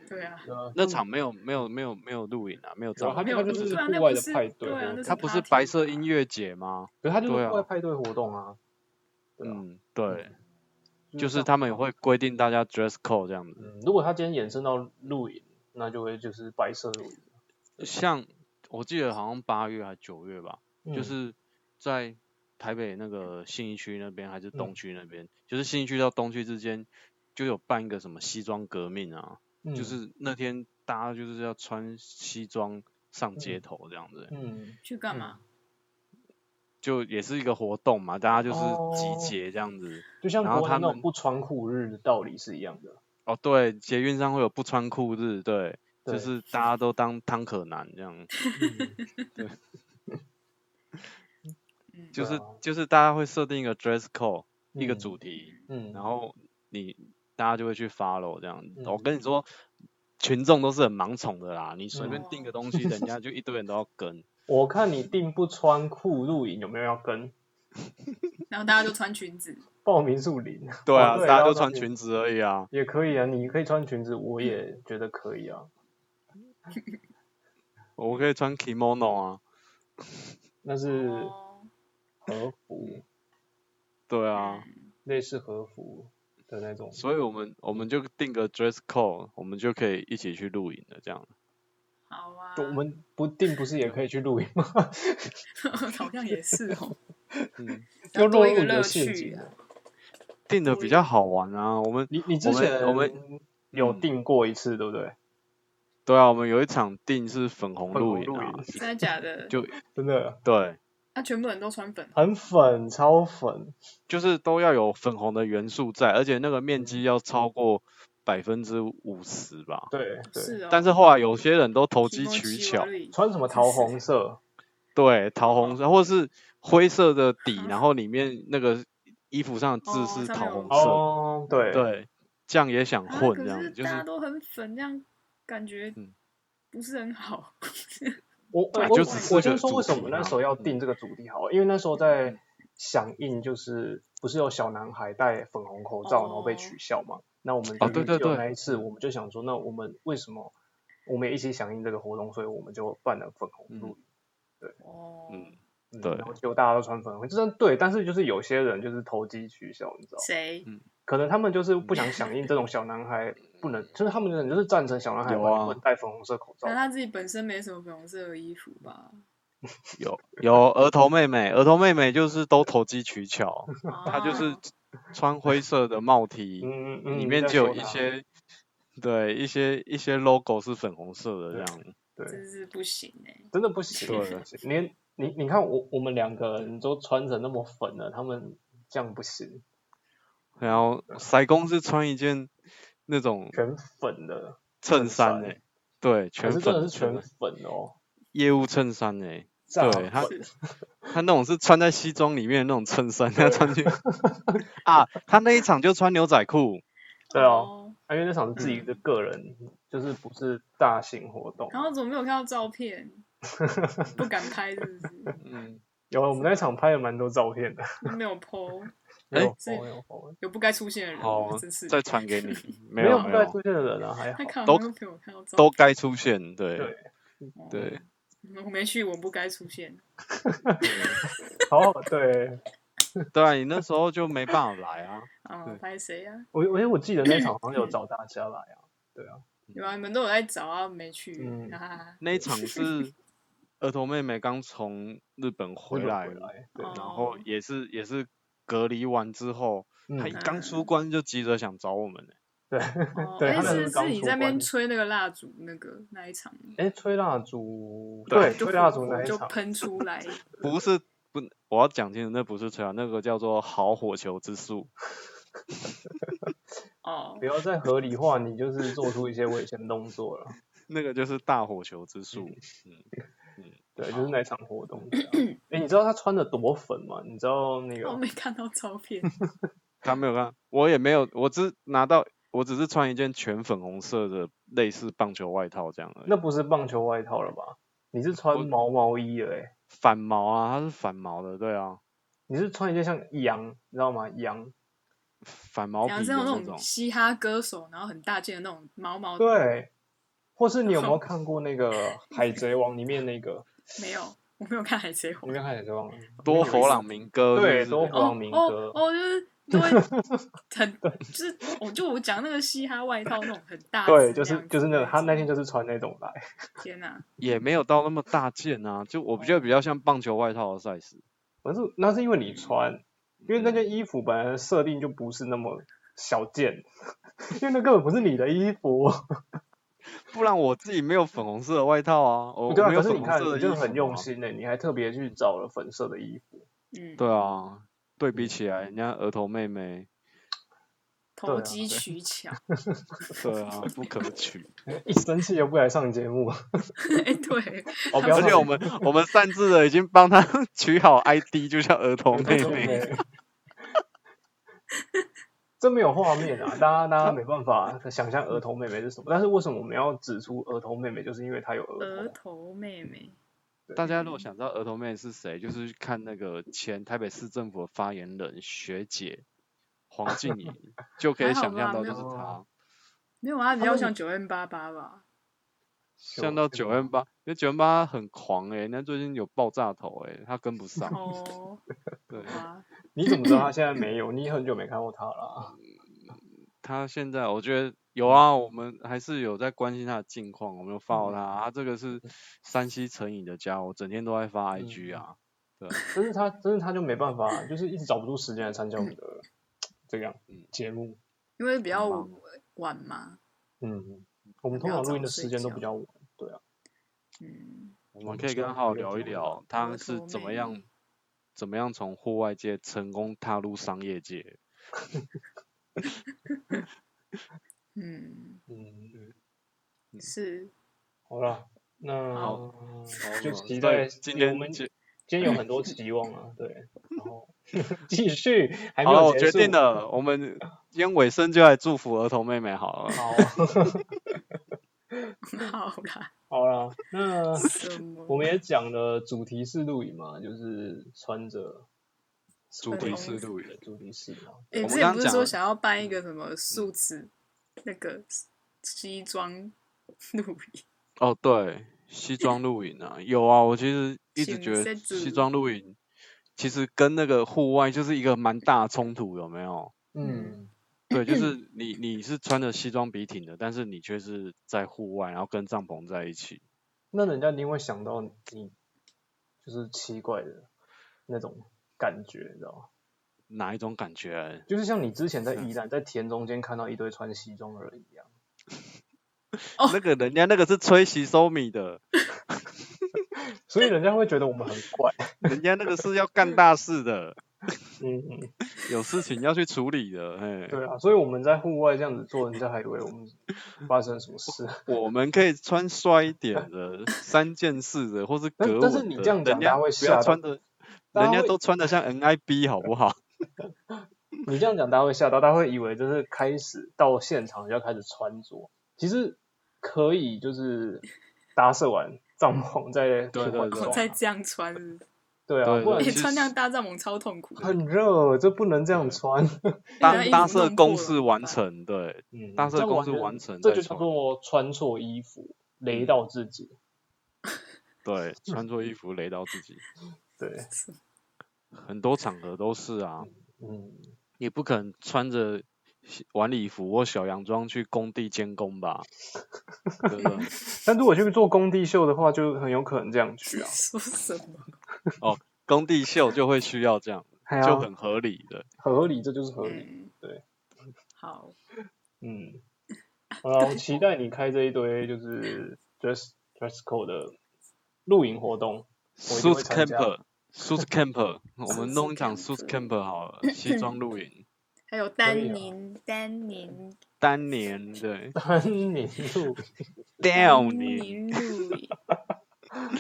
Speaker 3: 对啊，
Speaker 2: 对啊
Speaker 1: 那场没有没有没有没有露营啊，没有
Speaker 2: 有啊
Speaker 1: 帐
Speaker 2: 它
Speaker 1: 篷，
Speaker 3: 没有
Speaker 2: 它就
Speaker 3: 露
Speaker 2: 是
Speaker 3: 对啊
Speaker 2: 户
Speaker 3: 那
Speaker 2: 外
Speaker 3: 不
Speaker 2: 的
Speaker 3: 是
Speaker 2: 派对哦
Speaker 3: 对啊
Speaker 2: 活
Speaker 3: 那
Speaker 1: 它
Speaker 2: 动，
Speaker 1: 不是
Speaker 3: party
Speaker 1: 白色
Speaker 3: 吧
Speaker 1: 音乐节吗？
Speaker 2: 可是它就是
Speaker 1: 对啊
Speaker 2: 户外派对活动啊。对啊
Speaker 1: 嗯，对，就
Speaker 2: 就
Speaker 1: 是
Speaker 2: 是像
Speaker 1: 他们也会规定大家 dress code 这样子。
Speaker 2: 嗯，如果它今天衍生到露营，那就会就是白色露营，
Speaker 1: 呃像我记得好像八月还九月吧，就
Speaker 2: 嗯
Speaker 1: 是在台北那个信义区那边还是
Speaker 2: 嗯
Speaker 1: 东区那边，就是信义区到东区之间就有办一个什么西装革命啊，就
Speaker 2: 嗯
Speaker 1: 是那天大家就是要穿西装上街
Speaker 2: 嗯
Speaker 1: 头这样子欸、
Speaker 2: 嗯
Speaker 3: 去干嘛？
Speaker 1: 就也是一个活动嘛，大家就是
Speaker 2: 哦
Speaker 1: 集结这样子。
Speaker 2: 就像
Speaker 1: 然后
Speaker 2: 国
Speaker 1: 他
Speaker 2: 内那种
Speaker 1: 们
Speaker 2: 不穿裤日的道理是一样的。
Speaker 1: 哦，对，捷运上会有不穿裤日，对，
Speaker 2: 对
Speaker 1: 就是大家都当汤可男这样，
Speaker 3: 嗯，
Speaker 1: 就是、
Speaker 2: 啊
Speaker 1: 就是大家会设定一个 dress code，、一个
Speaker 2: 嗯
Speaker 1: 主题，
Speaker 2: 嗯，
Speaker 1: 然后你大家就会去 follow 这样。
Speaker 2: 嗯
Speaker 1: 我跟你说，群众都是很盲从的啦，你随便
Speaker 3: 嗯
Speaker 1: 定个东西，人家就一堆人都要 跟。
Speaker 2: 我看你定不穿裤露营有没有要跟？
Speaker 3: 然后大家就穿裙子，
Speaker 2: 报名数零
Speaker 1: 对啊，
Speaker 2: 哦对
Speaker 1: 大家
Speaker 2: 要
Speaker 1: 就
Speaker 2: 穿
Speaker 1: 穿
Speaker 2: 裙
Speaker 1: 裙子而已啊。
Speaker 2: 也可以啊，你可以穿裙子，我也觉得可以啊。
Speaker 1: 我可以穿 kimono 啊，
Speaker 2: 那是
Speaker 3: 哦，
Speaker 2: 和服，
Speaker 1: 对啊，
Speaker 3: 嗯
Speaker 2: 类似和服的那种。
Speaker 1: 所以我们我们就定个 dress code，我们就可以一起去露营了这样。
Speaker 3: 好啊，
Speaker 2: 我们不定不是也可以去露营吗？
Speaker 3: 好像也是 哦，
Speaker 1: 嗯，
Speaker 2: 又落
Speaker 3: 多一
Speaker 2: 入
Speaker 3: 个
Speaker 2: 你
Speaker 3: 乐
Speaker 2: 的陷
Speaker 3: 趣
Speaker 2: 阱
Speaker 3: 啊
Speaker 2: 了。
Speaker 1: 定的比较好玩啊。我们
Speaker 2: 你你之
Speaker 1: 我们
Speaker 2: 前
Speaker 1: 我们
Speaker 2: 有
Speaker 1: 嗯
Speaker 2: 定过一次，对不对？
Speaker 1: 对啊，我们有一场定是粉红
Speaker 2: 粉
Speaker 1: 露
Speaker 2: 红
Speaker 1: 营啊
Speaker 2: 露营，
Speaker 3: 真的假的？
Speaker 1: 就
Speaker 2: 真的
Speaker 1: 对，
Speaker 3: 那全部人都穿粉，
Speaker 2: 很粉，超粉。
Speaker 1: 就是都要有粉红的元素在，而且那个面积要超过百分之五十吧。
Speaker 2: 对对，
Speaker 3: 是哦。
Speaker 1: 但是后来有些人都投机
Speaker 3: 提莫
Speaker 1: 取
Speaker 3: 吉
Speaker 1: 巧
Speaker 3: 瓦，瑞
Speaker 2: 穿什么桃红色？
Speaker 1: 对，桃红色或是灰色的底，
Speaker 3: 啊
Speaker 1: 然后里面那个衣服上的字
Speaker 3: 哦
Speaker 1: 是
Speaker 3: 上
Speaker 1: 桃
Speaker 3: 面有
Speaker 1: 红色，
Speaker 2: 哦，对，
Speaker 1: 对，这样也想
Speaker 3: 啊
Speaker 1: 混
Speaker 3: 可
Speaker 1: 这样，
Speaker 3: 是
Speaker 1: 就
Speaker 3: 大家
Speaker 1: 是
Speaker 3: 都很粉，这样感觉
Speaker 1: 嗯
Speaker 3: 不是很好。
Speaker 2: 我
Speaker 1: 本来
Speaker 2: 我
Speaker 1: 就只是
Speaker 2: 我
Speaker 1: 个
Speaker 2: 先说
Speaker 1: 主
Speaker 2: 为什
Speaker 1: 题嗯
Speaker 2: 么那
Speaker 1: 嘛
Speaker 2: 时候要定这个主题好了，因为那时候在响应，就是不是有小男孩戴粉红口罩然后被
Speaker 3: 哦
Speaker 2: 取笑嘛？那我们
Speaker 1: 哦对
Speaker 2: 就
Speaker 1: 对
Speaker 2: 有
Speaker 1: 对
Speaker 2: 那一次，我们就想说，那我们为什么我们也一起响应这个活动，所以我们就办了粉红露营
Speaker 3: 哦，
Speaker 1: 嗯，
Speaker 2: 嗯，
Speaker 1: 对
Speaker 2: 然后结果大家都穿粉红，这真的对，但是就是有些人就是投机取巧，你知道吗，
Speaker 3: 谁？
Speaker 1: 嗯
Speaker 2: 可能他们就是不想响应这种小男孩不能，就是他们可能就是赞成小男孩
Speaker 1: 有
Speaker 2: 不能
Speaker 1: 啊
Speaker 2: 不能戴粉红色口罩
Speaker 3: 那，他自己本身没什么粉红色的衣服 吧？
Speaker 1: 有有额头妹妹，额头妹妹就是都投机取巧，
Speaker 3: 哦
Speaker 1: 她
Speaker 3: 他
Speaker 1: 就是穿灰色的帽 T，
Speaker 2: 嗯嗯嗯，
Speaker 1: 里
Speaker 2: 你
Speaker 1: 面
Speaker 2: 在
Speaker 1: 就有
Speaker 2: 说
Speaker 1: 一
Speaker 2: 他
Speaker 1: 些对一些一些 logo 是粉红色的这
Speaker 2: 对
Speaker 1: 样，
Speaker 2: 对。
Speaker 3: 真是不行哎。
Speaker 2: 真的不行，
Speaker 1: 对
Speaker 2: 不行连你你看我我们两个人都穿成那么粉了，他们这样不行，
Speaker 1: 然后塞工是穿一件那种
Speaker 2: 全粉的，
Speaker 1: 衬衫
Speaker 2: 衫
Speaker 1: 哎、对，
Speaker 2: 可
Speaker 1: 全
Speaker 2: 是
Speaker 1: 粉
Speaker 2: 真的是
Speaker 1: 衬
Speaker 2: 全
Speaker 1: 衫
Speaker 2: 粉哦，
Speaker 1: 业务衬衫哎、
Speaker 2: 炸
Speaker 1: 对他
Speaker 2: 粉
Speaker 1: 他那种是穿在西装里面的那种衬衫，他穿去 啊，他那一场就穿牛仔裤，
Speaker 2: 对啊，
Speaker 3: 哦。
Speaker 2: 因为那场是自己的
Speaker 1: 嗯
Speaker 2: 个人，就是不是大型活动。
Speaker 3: 然后怎么没有看到照片？不敢拍是不是？
Speaker 1: 嗯，
Speaker 2: 有啊我们那场拍了蛮多照片的，
Speaker 3: 都没有 PO，
Speaker 2: 没有
Speaker 1: 哎
Speaker 2: 没有没
Speaker 3: 有不该出现的人，
Speaker 1: 好，
Speaker 3: 真是。
Speaker 1: 再传给你，没
Speaker 2: 有
Speaker 1: 有
Speaker 2: 不
Speaker 1: 没
Speaker 2: 该
Speaker 1: 有
Speaker 2: 出，现的人啊，还好
Speaker 3: 他。看
Speaker 1: 都
Speaker 3: 好像没有看到照
Speaker 1: 都
Speaker 3: 片。
Speaker 1: 该出现，对
Speaker 2: 对
Speaker 3: 哦
Speaker 1: 对，
Speaker 3: 我没去，我不该出现。
Speaker 2: 好，对
Speaker 1: 对啊，你那时候就没办法来啊，
Speaker 3: 啊
Speaker 1: 对，
Speaker 3: 拍谁啊？
Speaker 2: 我我我记得那场好像有找大家来啊，对啊，
Speaker 3: 有啊，你们都有在找啊，没去啊
Speaker 2: 嗯。
Speaker 3: 哈哈哈
Speaker 1: 那一场 是儿童妹妹刚从日本回
Speaker 2: 日本
Speaker 1: 来，
Speaker 2: 回来，对，
Speaker 1: 然后也是也是隔离完之后，她一
Speaker 2: 哦嗯，
Speaker 1: 刚出关就急着想找我们、欸，
Speaker 2: 对，
Speaker 3: 哦，
Speaker 2: 对
Speaker 3: 哎
Speaker 2: 他们
Speaker 3: 是
Speaker 2: 刚
Speaker 3: 是你
Speaker 2: 出
Speaker 3: 在那边
Speaker 2: 关
Speaker 3: 吹那个蜡烛那个那一场吗，
Speaker 2: 哎，吹蜡烛，
Speaker 1: 对
Speaker 2: 对，
Speaker 3: 就
Speaker 2: 吹蜡
Speaker 3: 火
Speaker 2: 烛那一
Speaker 3: 就
Speaker 2: 场，
Speaker 3: 喷出来，
Speaker 1: 不是不，我要讲清楚，那不是吹啊，那个叫做好火球之术。
Speaker 3: 哦
Speaker 2: 不，要再合理化，你就是做出一些危险动作了。
Speaker 1: 那个就是大火球之术，嗯，
Speaker 2: 对，就是那场活动这 样。哎、你知道他穿的多粉吗？你知道那
Speaker 3: 我
Speaker 2: 个
Speaker 3: 没看到照片。
Speaker 1: 他没有看，我也没有，我只拿到，我只是穿一件全粉红色的类似棒球外套这样而已。
Speaker 2: 那不是棒球外套了吧？你是穿
Speaker 1: 我
Speaker 2: 毛毛衣了哎、
Speaker 1: 反毛啊，它是反毛的，对啊，
Speaker 2: 你是穿一件像羊，你知道吗？羊，
Speaker 1: 反毛皮的
Speaker 3: 然后是有
Speaker 1: 那
Speaker 3: 那
Speaker 1: 种
Speaker 3: 种。嘻哈歌手，然后很大件的那种毛
Speaker 2: 哦
Speaker 3: 毛，
Speaker 2: 对。或是你有没有看过那个《海贼王》里面那个？
Speaker 3: 没有，我没有看《海贼
Speaker 2: 你
Speaker 3: 王
Speaker 2: 没》有看《海贼王》？
Speaker 1: 多佛朗明哥是不
Speaker 2: 对
Speaker 1: 是
Speaker 2: 多佛朗
Speaker 3: 哦。
Speaker 2: 明
Speaker 3: 哦
Speaker 2: 哥
Speaker 3: 哦，就是都会很，就是我就我讲那个嘻哈外套那种很大只这
Speaker 2: 对，
Speaker 3: 样子，
Speaker 2: 就是就是那个，他那天就是穿那种来。
Speaker 3: 天哪，
Speaker 1: 也没有到那么大件啊，就我
Speaker 2: 哦
Speaker 1: 觉得比较像棒球外套的 size。
Speaker 2: 可是那是因为
Speaker 1: 嗯
Speaker 2: 你穿，因为那件衣服本来的设定就不是那么小件， 因为那根本不是你的衣服。
Speaker 1: 不然我自己没有粉红色的外套啊，我
Speaker 2: 对
Speaker 1: 我
Speaker 2: 啊，
Speaker 1: 没有
Speaker 2: 可是
Speaker 1: 粉
Speaker 2: 你
Speaker 1: 红
Speaker 2: 看，
Speaker 1: 色的
Speaker 2: 你
Speaker 1: 衣服、
Speaker 2: 就
Speaker 1: 啊。
Speaker 2: 很用。心呢、你还特别去找了粉色的衣服。
Speaker 3: 嗯，
Speaker 1: 对啊，对比起来，人家额头妹妹，
Speaker 2: 对
Speaker 3: 投
Speaker 2: 啊
Speaker 3: 机取巧，
Speaker 1: 对啊，不可取。
Speaker 2: 一生气又不来上节目，啊
Speaker 3: 哎，对，
Speaker 2: 哦，不要
Speaker 1: 而且我
Speaker 2: 上
Speaker 1: 们我们擅自的已经帮她 取好 ID，就叫额头妹妹。。
Speaker 2: 真没有画面啊，大家大家没办法想象儿童妹妹是什么。但是为什么我们要指出儿童妹妹，就是因为她有儿童。
Speaker 3: 额
Speaker 2: 啊
Speaker 3: 头妹妹，
Speaker 1: 大家如果想知道额头妹妹是谁，就是去看那个前台北市政府的发言人学姐黄静怡，就可以
Speaker 3: 还好
Speaker 1: 想象
Speaker 3: 吧
Speaker 1: 到
Speaker 3: 没
Speaker 1: 就
Speaker 3: 有
Speaker 1: 是
Speaker 2: 哦
Speaker 1: 她。
Speaker 3: 没有啊，比较
Speaker 2: 们
Speaker 3: 像九 N 八八吧，
Speaker 1: 像到九 N 八，因为九 N 八很狂哎、欸，那最近有爆炸头哎、欸，他跟不上。
Speaker 3: 哦，
Speaker 1: 对，
Speaker 3: 哇，
Speaker 2: 你怎么知道她现在没有？你很久没看过她了啊。
Speaker 1: 他现在我觉得有啊，我们还是有在关心他的近况，我们有
Speaker 2: 嗯
Speaker 1: follow 他、他这个是山西成瘾的家伙，整天都在发 IG 啊。
Speaker 2: 但是她，但是她就没办法，就是一直找不出时间来参加我们的这样节目。
Speaker 3: 因为比较
Speaker 1: 很
Speaker 3: 晚嘛，
Speaker 2: 嗯，我们通常录音的时间都比较晚。
Speaker 3: 嗯，
Speaker 1: 我们可以跟他好好聊一聊，他是怎么样怎么样从户外界成功踏入商业界。
Speaker 3: 嗯，
Speaker 2: 嗯，
Speaker 3: 是
Speaker 2: 好了，那
Speaker 3: 好
Speaker 2: 就
Speaker 1: 好所
Speaker 2: 期
Speaker 1: 以
Speaker 2: 待
Speaker 1: 今
Speaker 2: 我
Speaker 1: 天
Speaker 2: 们
Speaker 1: 就
Speaker 2: 今天有很多期望啊，对，然后继续，还没
Speaker 1: 好了，
Speaker 2: 有
Speaker 1: 我哦
Speaker 2: 结
Speaker 1: 决
Speaker 2: 束
Speaker 1: 定。了，我 们今天尾声就来祝福儿童妹妹好了。
Speaker 2: 好，
Speaker 3: 好 啦，
Speaker 2: 好啦，那
Speaker 3: 什么？
Speaker 2: 我们也讲了主题式露营嘛，就是穿着
Speaker 1: 主
Speaker 3: 题
Speaker 1: 式露营
Speaker 2: 对主题式嘛，
Speaker 3: 欸
Speaker 1: 我们
Speaker 3: 之前
Speaker 1: 刚
Speaker 3: 不
Speaker 1: 刚
Speaker 3: 是
Speaker 1: 讲
Speaker 3: 说
Speaker 1: 了
Speaker 3: 想要办一
Speaker 2: 嗯
Speaker 3: 个什么素质那个西
Speaker 2: 啊
Speaker 3: 装露营？
Speaker 1: 哦，对，西装露营啊，有啊，我其实一直
Speaker 3: 请
Speaker 1: 觉得
Speaker 3: 设
Speaker 1: 西
Speaker 3: 置
Speaker 1: 装露营其实跟那个户外就是一个蛮大的冲突，有没有？
Speaker 2: 嗯，
Speaker 1: 对，就是你你是穿着西装笔挺的，但是你却是在户外，然后跟帐篷在一起。
Speaker 2: 那人家一定会想到你，就是奇怪的那种感觉，你知道吗？
Speaker 1: 哪一种感觉？
Speaker 2: 就是像你之前在宜兰在田中间看到一堆穿西装的人一样，
Speaker 1: 那个人家那个是吹洗收米的，
Speaker 2: 所以人家会觉得我们很 怪。
Speaker 1: 人家那个是要干大事的，
Speaker 2: 嗯嗯。
Speaker 1: 有事情要去处理的。哎，
Speaker 2: 对啊，所以我们在户外这样子做，人家还以为我们发生了什么事。
Speaker 1: 我们可以穿帅一点的三件式的，或是
Speaker 2: 但
Speaker 1: 格纹
Speaker 2: 但是
Speaker 1: 的，
Speaker 2: 你这样讲
Speaker 1: 人
Speaker 2: 大家
Speaker 1: 家
Speaker 2: 会
Speaker 1: 不
Speaker 2: 吓
Speaker 1: 要
Speaker 2: 到
Speaker 1: 穿的，
Speaker 2: 大
Speaker 1: 人
Speaker 2: 家
Speaker 1: 家
Speaker 2: 会
Speaker 1: 都穿的像 NIB 好不 好？
Speaker 2: 你这样讲，大家会吓到，大家会以为就是开始到现场就要开始穿着。其实可以就是搭设完帐篷再
Speaker 1: 嗯对对对
Speaker 3: 我再这样穿是不是，
Speaker 2: 对啊，
Speaker 1: 对
Speaker 2: 不
Speaker 1: 对
Speaker 2: 然
Speaker 3: 哎、
Speaker 1: 其实
Speaker 3: 穿那样大帐篷超痛苦。
Speaker 2: 很热，这不能这样穿。
Speaker 1: 搭搭
Speaker 3: 设
Speaker 1: 设公式完，成，对，
Speaker 2: 嗯，
Speaker 1: 搭设
Speaker 2: 这
Speaker 1: 公式
Speaker 2: 全
Speaker 1: 完成
Speaker 2: 这
Speaker 1: 再
Speaker 2: 就叫
Speaker 1: 穿嗯
Speaker 2: 做穿错衣服，雷到自己。
Speaker 1: 对，穿错衣服雷到自己，
Speaker 2: 对，
Speaker 1: 很多场合都是啊，
Speaker 2: 嗯，
Speaker 1: 你不可能穿着西晚礼服或小洋装去工地监工吧？对不对？
Speaker 2: 但如果去做工地秀的话，就很有可能这样 去啊。
Speaker 3: 说什么？
Speaker 1: 工地秀就会需要这样，
Speaker 2: 哎呀
Speaker 1: 就很合理的。
Speaker 2: 很合理，这就是合理。
Speaker 3: 嗯，
Speaker 2: 对，
Speaker 3: 好，
Speaker 2: 嗯，好啦，我期待你开这一堆就是 dress dress code 的露营活动。我一定
Speaker 1: Suits
Speaker 2: 会参加
Speaker 1: camper， s u z camper，我们
Speaker 4: Suits
Speaker 1: 弄一场 s u z
Speaker 4: camper
Speaker 1: camper 好了，西装露营，
Speaker 3: 还有
Speaker 2: 可以
Speaker 3: 丹
Speaker 2: 啊
Speaker 3: 宁，丹宁，
Speaker 1: 单年 对，
Speaker 2: 丹宁路
Speaker 1: 吊年，
Speaker 3: 露营，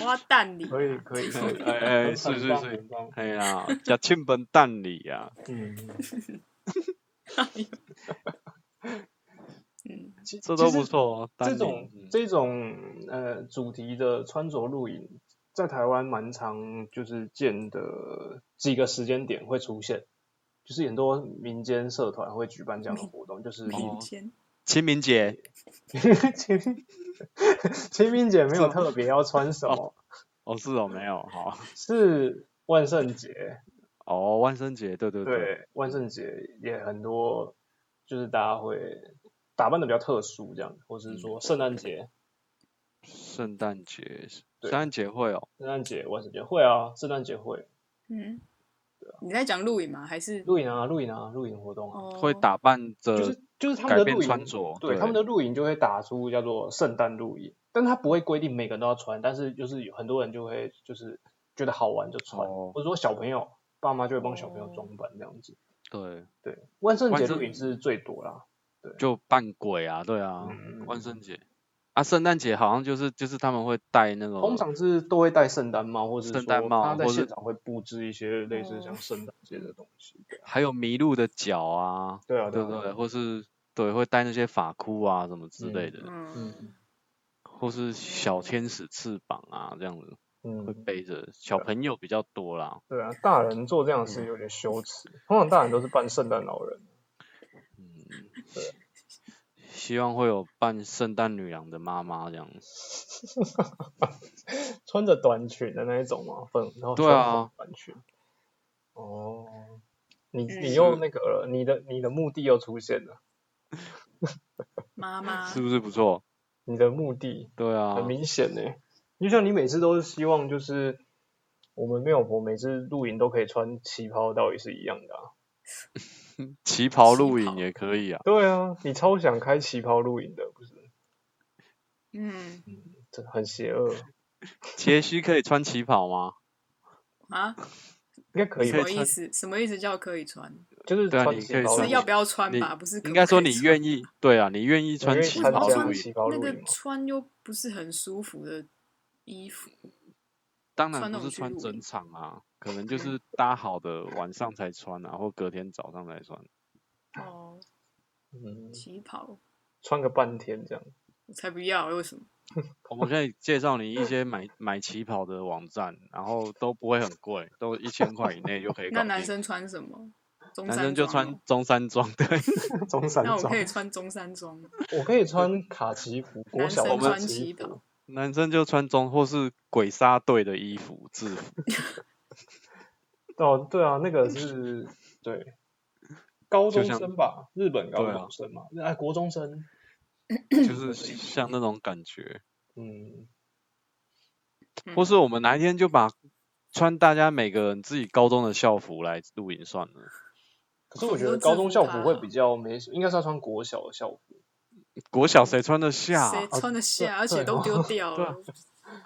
Speaker 3: 我要蛋你，
Speaker 2: 可以可以可以，
Speaker 1: 哎哎，是
Speaker 2: 很
Speaker 1: 是
Speaker 2: 棒
Speaker 1: 是
Speaker 2: 很，棒
Speaker 1: 哎呀，假庆本啊蛋里呀，
Speaker 2: 嗯，
Speaker 3: 嗯，
Speaker 2: 其
Speaker 1: 这
Speaker 2: 其
Speaker 1: 都
Speaker 2: 实
Speaker 1: 不错哦。
Speaker 2: 这
Speaker 1: 丹
Speaker 2: 种
Speaker 1: 宁
Speaker 2: 这种呃主题的穿着露营，在台湾蛮常就是见的几个时间点会出现，就是很多民间社团会举办这样的活动，就是
Speaker 1: 哦
Speaker 3: 民间
Speaker 1: 清明节
Speaker 2: 清清明节没有特别要穿什么，
Speaker 1: 哦，是哦，没有好
Speaker 2: 是万圣节，
Speaker 1: 哦，万圣节，对对对，
Speaker 2: 对，万圣节也很多，就是大家会打扮的比较特殊这样，或是说
Speaker 3: 嗯
Speaker 2: 圣诞节。
Speaker 1: 圣诞节，
Speaker 2: 对
Speaker 1: 圣诞节会哦，
Speaker 2: 圣诞节、万圣节会啊，圣诞节会
Speaker 3: 嗯，你在讲露营吗？还是
Speaker 2: 露营啊，露营啊，露营活动啊，
Speaker 3: 哦，
Speaker 1: 会打扮
Speaker 2: 就
Speaker 1: 着
Speaker 2: 是就是他们
Speaker 1: 呃改
Speaker 2: 的
Speaker 1: 变
Speaker 2: 露营
Speaker 1: 穿着，
Speaker 2: 对他们的露营就会打出叫做圣诞露营，但他不会规定每个人都要穿，但是就是有很多人就会就是觉得好玩就穿，
Speaker 1: 哦
Speaker 2: 或者说小朋友爸妈就会帮小朋友装扮这样子。
Speaker 1: 对
Speaker 2: 对，万圣
Speaker 1: 万
Speaker 2: 节
Speaker 1: 圣
Speaker 2: 露营是最多啦，
Speaker 1: 就扮鬼啊，对啊，
Speaker 2: 嗯
Speaker 1: 万圣节啊，圣诞节好像就是就是他们会带那种
Speaker 2: 通常是都会戴圣诞帽，或者
Speaker 1: 圣诞帽
Speaker 2: 他在
Speaker 1: 或是
Speaker 2: 现场会布置一些类似像
Speaker 3: 哦
Speaker 2: 圣诞节的东西。
Speaker 1: 还有麋鹿的角啊，
Speaker 2: 对啊，
Speaker 1: 对
Speaker 2: 啊
Speaker 1: 不对？
Speaker 2: 啊，
Speaker 1: 或是对会戴那些发箍啊什么之类的，
Speaker 3: 嗯，
Speaker 2: 嗯
Speaker 1: 或是小天使翅膀啊这样子会
Speaker 2: 嗯，
Speaker 1: 背着，小朋友比较多啦。
Speaker 2: 对啊，大人做这样的事有点羞耻，通常大人都是扮圣诞老人。
Speaker 1: 嗯，希望会有扮圣诞女郎的妈妈这样。
Speaker 2: 穿着短裙的那一种嘛，粉然后
Speaker 1: 对啊，
Speaker 2: 短裙。哦，你你
Speaker 3: 嗯
Speaker 2: 又
Speaker 1: 是
Speaker 2: 那个了，你的你的目的又出现了，
Speaker 3: 妈妈
Speaker 1: 是，不是不错？
Speaker 2: 你的目的
Speaker 1: 对啊
Speaker 2: 很，明显呢、就像你每次都是希望就是我们没有婆每次露营都可以穿旗袍，道理是一样的啊。
Speaker 1: 旗袍露
Speaker 3: 旗袍
Speaker 1: 营也可以 啊。
Speaker 2: 对啊，你超想开旗袍露营的，不是？
Speaker 3: 嗯
Speaker 2: 这很邪恶，
Speaker 1: 杰西可以穿旗袍吗？
Speaker 3: 啊，
Speaker 2: 应该可以
Speaker 3: 什
Speaker 2: 吧？
Speaker 3: 么意
Speaker 1: 穿
Speaker 3: 思？什么意思叫可以穿？
Speaker 2: 就是
Speaker 1: 对啊
Speaker 2: 穿
Speaker 1: 你
Speaker 2: 旗
Speaker 1: 可以
Speaker 2: 袍
Speaker 1: 穿
Speaker 2: 露
Speaker 3: 是
Speaker 2: 营，
Speaker 3: 要不要穿
Speaker 1: 你
Speaker 3: 吧？不是可不
Speaker 1: 应该说
Speaker 3: 可以
Speaker 1: 你
Speaker 3: 穿
Speaker 1: 愿意，对啊，你愿意
Speaker 2: 因
Speaker 1: 穿
Speaker 2: 为
Speaker 1: 旗
Speaker 2: 参
Speaker 1: 袍
Speaker 3: 我
Speaker 2: 加
Speaker 1: 露
Speaker 3: 穿
Speaker 1: 营
Speaker 2: 旗，袍
Speaker 3: 那
Speaker 2: 露
Speaker 3: 个
Speaker 2: 营嘛，
Speaker 3: 哦穿又不是很舒服的衣服，
Speaker 1: 当然
Speaker 3: 穿那
Speaker 1: 不是
Speaker 3: 种去
Speaker 1: 穿
Speaker 3: 露
Speaker 1: 整
Speaker 3: 营
Speaker 1: 场啊，可能就是搭好的晚上才穿啊，或隔天早上才穿。
Speaker 3: 哦，
Speaker 2: 嗯，
Speaker 3: 旗袍，
Speaker 2: 穿个半天这样。
Speaker 3: 我才不要，为什么？
Speaker 1: 我们可以介绍你一些买买旗袍的网站，然后都不会很贵，都一千块以内就可以搞
Speaker 3: 那
Speaker 1: 定。
Speaker 3: 男生穿什么？中
Speaker 1: 男
Speaker 3: 山
Speaker 1: 生就
Speaker 3: 装
Speaker 1: 穿
Speaker 3: 哦。
Speaker 1: 中山装，对，
Speaker 2: 中山
Speaker 3: 那我
Speaker 2: 装
Speaker 3: 可以穿中山装吗，
Speaker 2: 我可以穿卡其服，国
Speaker 3: 男
Speaker 2: 小
Speaker 3: 生
Speaker 2: 的
Speaker 3: 穿
Speaker 2: 旗
Speaker 3: 旗
Speaker 2: 服
Speaker 3: 袍，，
Speaker 1: 男生就穿中或是鬼杀队的衣服制服。
Speaker 2: 哦，对啊，那个是，对，高
Speaker 1: 就
Speaker 2: 中
Speaker 1: 像
Speaker 2: 生吧，日本高
Speaker 1: 对啊
Speaker 2: 中生嘛，哎，国中生，
Speaker 1: 就是像那种感觉，
Speaker 2: 嗯，
Speaker 3: 嗯
Speaker 1: 或是我们哪一天就把穿大家每个人自己高中的校服来录影算了。
Speaker 2: 可是我觉
Speaker 3: 都
Speaker 2: 得
Speaker 3: 制
Speaker 2: 高中
Speaker 3: 服
Speaker 2: 校
Speaker 3: 吧
Speaker 2: 服会比较没什，应该是要穿国小的校服，
Speaker 1: 国小谁穿得下啊
Speaker 3: 谁？穿得下？而且
Speaker 2: 对
Speaker 3: 都
Speaker 2: 哦
Speaker 3: 丢掉
Speaker 1: 对
Speaker 3: 了
Speaker 1: 啊。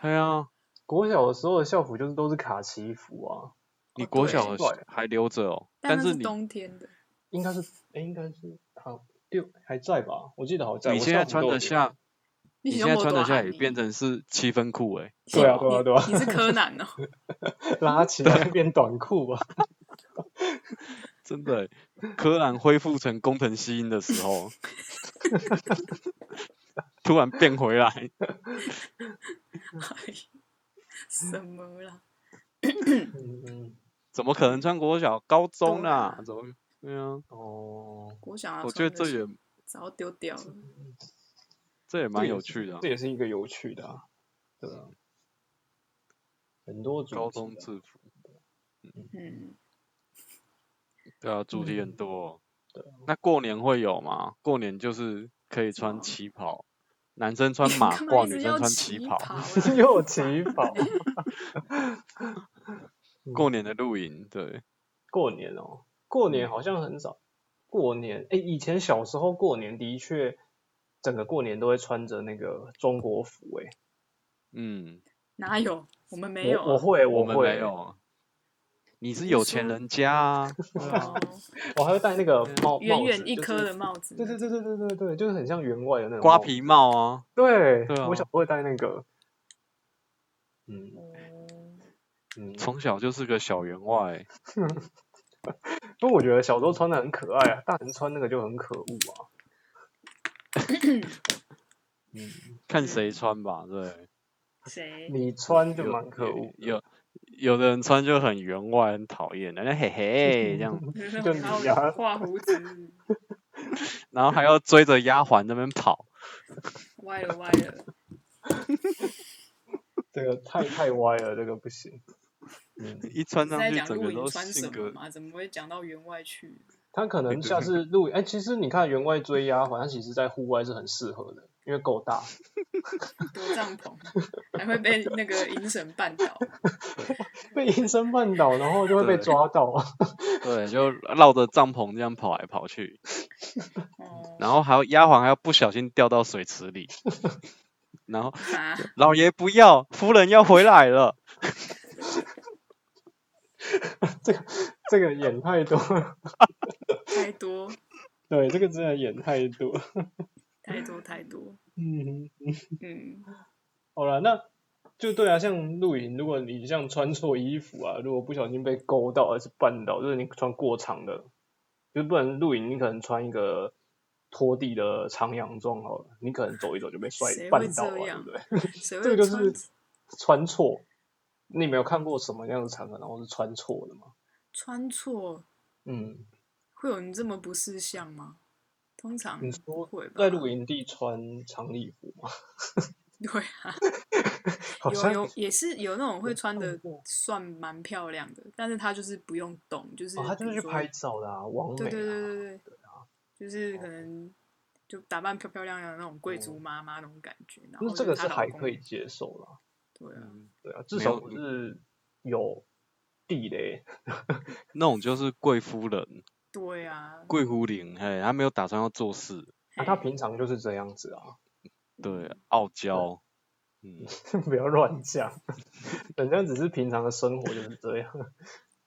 Speaker 1: 对啊，
Speaker 2: 国小的时候的校服就是都是卡其服啊，
Speaker 1: 你
Speaker 3: 哦
Speaker 1: 国
Speaker 3: 对
Speaker 1: 小
Speaker 2: 对
Speaker 1: 的还留着哦，
Speaker 3: 但
Speaker 1: 但
Speaker 3: 那
Speaker 1: 是
Speaker 3: 是
Speaker 1: 你
Speaker 3: 冬天的，
Speaker 2: 应该是，哎，应该是好六还在吧，我记得好在，
Speaker 1: 你
Speaker 2: 我
Speaker 1: 现
Speaker 2: 校
Speaker 1: 在
Speaker 2: 服
Speaker 1: 穿
Speaker 2: 都有
Speaker 1: 得
Speaker 2: 留，
Speaker 1: 下，你现在
Speaker 3: 胸部
Speaker 1: 穿得
Speaker 3: 多
Speaker 1: 下
Speaker 3: 矮
Speaker 1: 也
Speaker 3: 你
Speaker 1: 变成是七分裤哎、
Speaker 2: 对啊，对啊，
Speaker 3: 你
Speaker 2: 对啊，
Speaker 3: 你是柯南哦，
Speaker 2: 拉起来变短裤吧，
Speaker 1: 真的欸、柯南恢复成工藤新一的时候， 突然变回来，
Speaker 3: 哎 什么啦？
Speaker 2: 嗯嗯，
Speaker 1: 怎么可能穿国小？高中
Speaker 3: 对
Speaker 1: 啦
Speaker 3: 啊，
Speaker 1: 怎么？对啊，
Speaker 2: 哦，
Speaker 3: 我想要
Speaker 1: 我觉得这
Speaker 3: 穿得
Speaker 1: 也
Speaker 3: 下早丢掉了。
Speaker 1: 这也蛮
Speaker 2: 也
Speaker 1: 有
Speaker 2: 是
Speaker 1: 趣的啊、
Speaker 2: 这也是一个有趣的、啊，对啊，很多主
Speaker 1: 高
Speaker 2: 题
Speaker 1: 中
Speaker 2: 啊
Speaker 1: 制服，
Speaker 3: 嗯，
Speaker 1: 对啊，主题很
Speaker 2: 嗯
Speaker 1: 多哦、
Speaker 2: 对
Speaker 3: 啊
Speaker 1: 那过年会有吗？过年就是可以穿
Speaker 3: 么
Speaker 1: 旗袍，男生穿马
Speaker 3: 啊 干嘛
Speaker 1: 褂，
Speaker 3: 一直
Speaker 1: 女
Speaker 3: 要
Speaker 1: 生穿
Speaker 3: 旗
Speaker 1: 旗袍。
Speaker 3: 啊
Speaker 2: 又旗袍，
Speaker 1: 过年的露营，对，
Speaker 2: 过年哦，过年好像很少。过年，哎，以前小时候过年的确，整个过年都会穿着那个中国服，哎，
Speaker 1: 嗯，
Speaker 3: 哪有？我们没有
Speaker 2: 我我
Speaker 3: 啊，
Speaker 2: 会，
Speaker 1: 我们
Speaker 2: 会欸
Speaker 1: 没，有啊，你是有钱人家啊，
Speaker 3: 哦，
Speaker 2: 我还会戴那个帽，
Speaker 3: 嗯圆
Speaker 2: 帽
Speaker 3: 圆
Speaker 2: 子
Speaker 3: 一颗。
Speaker 2: 就
Speaker 3: 的
Speaker 2: 是
Speaker 3: 帽子，
Speaker 2: 对对对对对对对，就是很像员外的那种
Speaker 1: 瓜
Speaker 2: 帽子。
Speaker 1: 皮帽啊，
Speaker 2: 对，
Speaker 1: 对啊
Speaker 2: 我小时候会戴那个。嗯
Speaker 3: 哦
Speaker 2: 嗯，
Speaker 1: 从小就是个小员外。
Speaker 2: 因为我觉得小时候穿的很可爱啊，大人穿那个就很可恶 啊。嗯，
Speaker 1: 看谁穿吧，对，
Speaker 3: 谁？
Speaker 2: 你穿就蛮可恶的。
Speaker 1: 有有的人穿就很员外，很讨厌，人家嘿 嘿这样，
Speaker 2: 就 你
Speaker 3: 然后
Speaker 2: 呀
Speaker 3: 画胡子，
Speaker 1: 然后还要追着丫鬟那边跑，
Speaker 3: 歪了歪了。
Speaker 2: 这个太太歪了，这个不行。嗯，
Speaker 1: 一 穿
Speaker 3: 是
Speaker 1: 上
Speaker 3: 在
Speaker 1: 去
Speaker 3: 讲
Speaker 1: 整
Speaker 3: 露
Speaker 1: 个
Speaker 3: 营
Speaker 1: 都
Speaker 3: 穿什
Speaker 1: 性
Speaker 3: 么
Speaker 1: 格
Speaker 3: 嘛？怎么会讲到员外去？
Speaker 2: 他可能下次录影，哎、其实你看员外追丫鬟，他其实在户外是很适合的，因为够 大。
Speaker 3: 躲帐篷，还会被那个银神绊倒。
Speaker 2: 被阴森绊倒，然后就会被
Speaker 1: 对
Speaker 2: 抓到啊。
Speaker 1: 对，就绕着帐篷这样跑来跑去，
Speaker 3: 哦，
Speaker 1: 然后还有丫鬟还要不小心掉到水池里，然后
Speaker 3: 啊，
Speaker 1: 老爷不要，夫人要回来了，
Speaker 2: 这个演太多了，
Speaker 3: 太多
Speaker 2: 对，这个真的演太多。
Speaker 3: 太多太多。
Speaker 2: 嗯，
Speaker 3: 嗯，
Speaker 2: 好了，那就对啊，像露营，如果你像穿错衣服啊，如果不小心被勾到还是绊倒，就是你穿过长的，就是不能露营，你可能穿一个拖地的长洋装好了，你可能走一走就被摔
Speaker 3: 谁会
Speaker 2: 绊倒
Speaker 3: 这
Speaker 2: 啊，对
Speaker 3: 样
Speaker 2: 不对？
Speaker 3: 所
Speaker 2: 这
Speaker 3: 谓
Speaker 2: 个就
Speaker 3: 穿
Speaker 2: 是穿错。你没有看过什么样的场合，然后是穿错的吗？
Speaker 3: 穿错，
Speaker 2: 嗯，
Speaker 3: 会有人这么不识相吗？通常
Speaker 2: 你说
Speaker 3: 不会吧？
Speaker 2: 在露营地穿长礼服吗？
Speaker 3: 对啊，
Speaker 2: 好
Speaker 3: 有
Speaker 2: 像
Speaker 3: 有也是有那种会穿的
Speaker 2: 看过
Speaker 3: 算蛮漂亮的，但是他就是不用动，就是
Speaker 2: 哦，他就是
Speaker 3: 比如
Speaker 2: 去
Speaker 3: 说
Speaker 2: 拍照的啊，王美啊，哦
Speaker 3: 对对对对对，就是可能就打扮漂漂亮亮的那种贵族妈妈那种感觉，然
Speaker 2: 那
Speaker 3: 后
Speaker 2: 这个
Speaker 3: 她
Speaker 2: 是
Speaker 3: 老
Speaker 2: 还
Speaker 3: 公
Speaker 2: 可以，接受啦，
Speaker 3: 对啊，
Speaker 2: 对啊，至
Speaker 1: 没
Speaker 2: 少
Speaker 1: 有嗯
Speaker 2: 不是有地雷，
Speaker 1: 那种就是贵夫人、
Speaker 3: 对啊，
Speaker 1: 贵夫人，嘿，她没有打算要做事，
Speaker 2: 啊，他平常就是这样子啊，
Speaker 1: 对，傲娇，嗯，
Speaker 2: 不要乱讲， 人家只是平常的生活就是这样，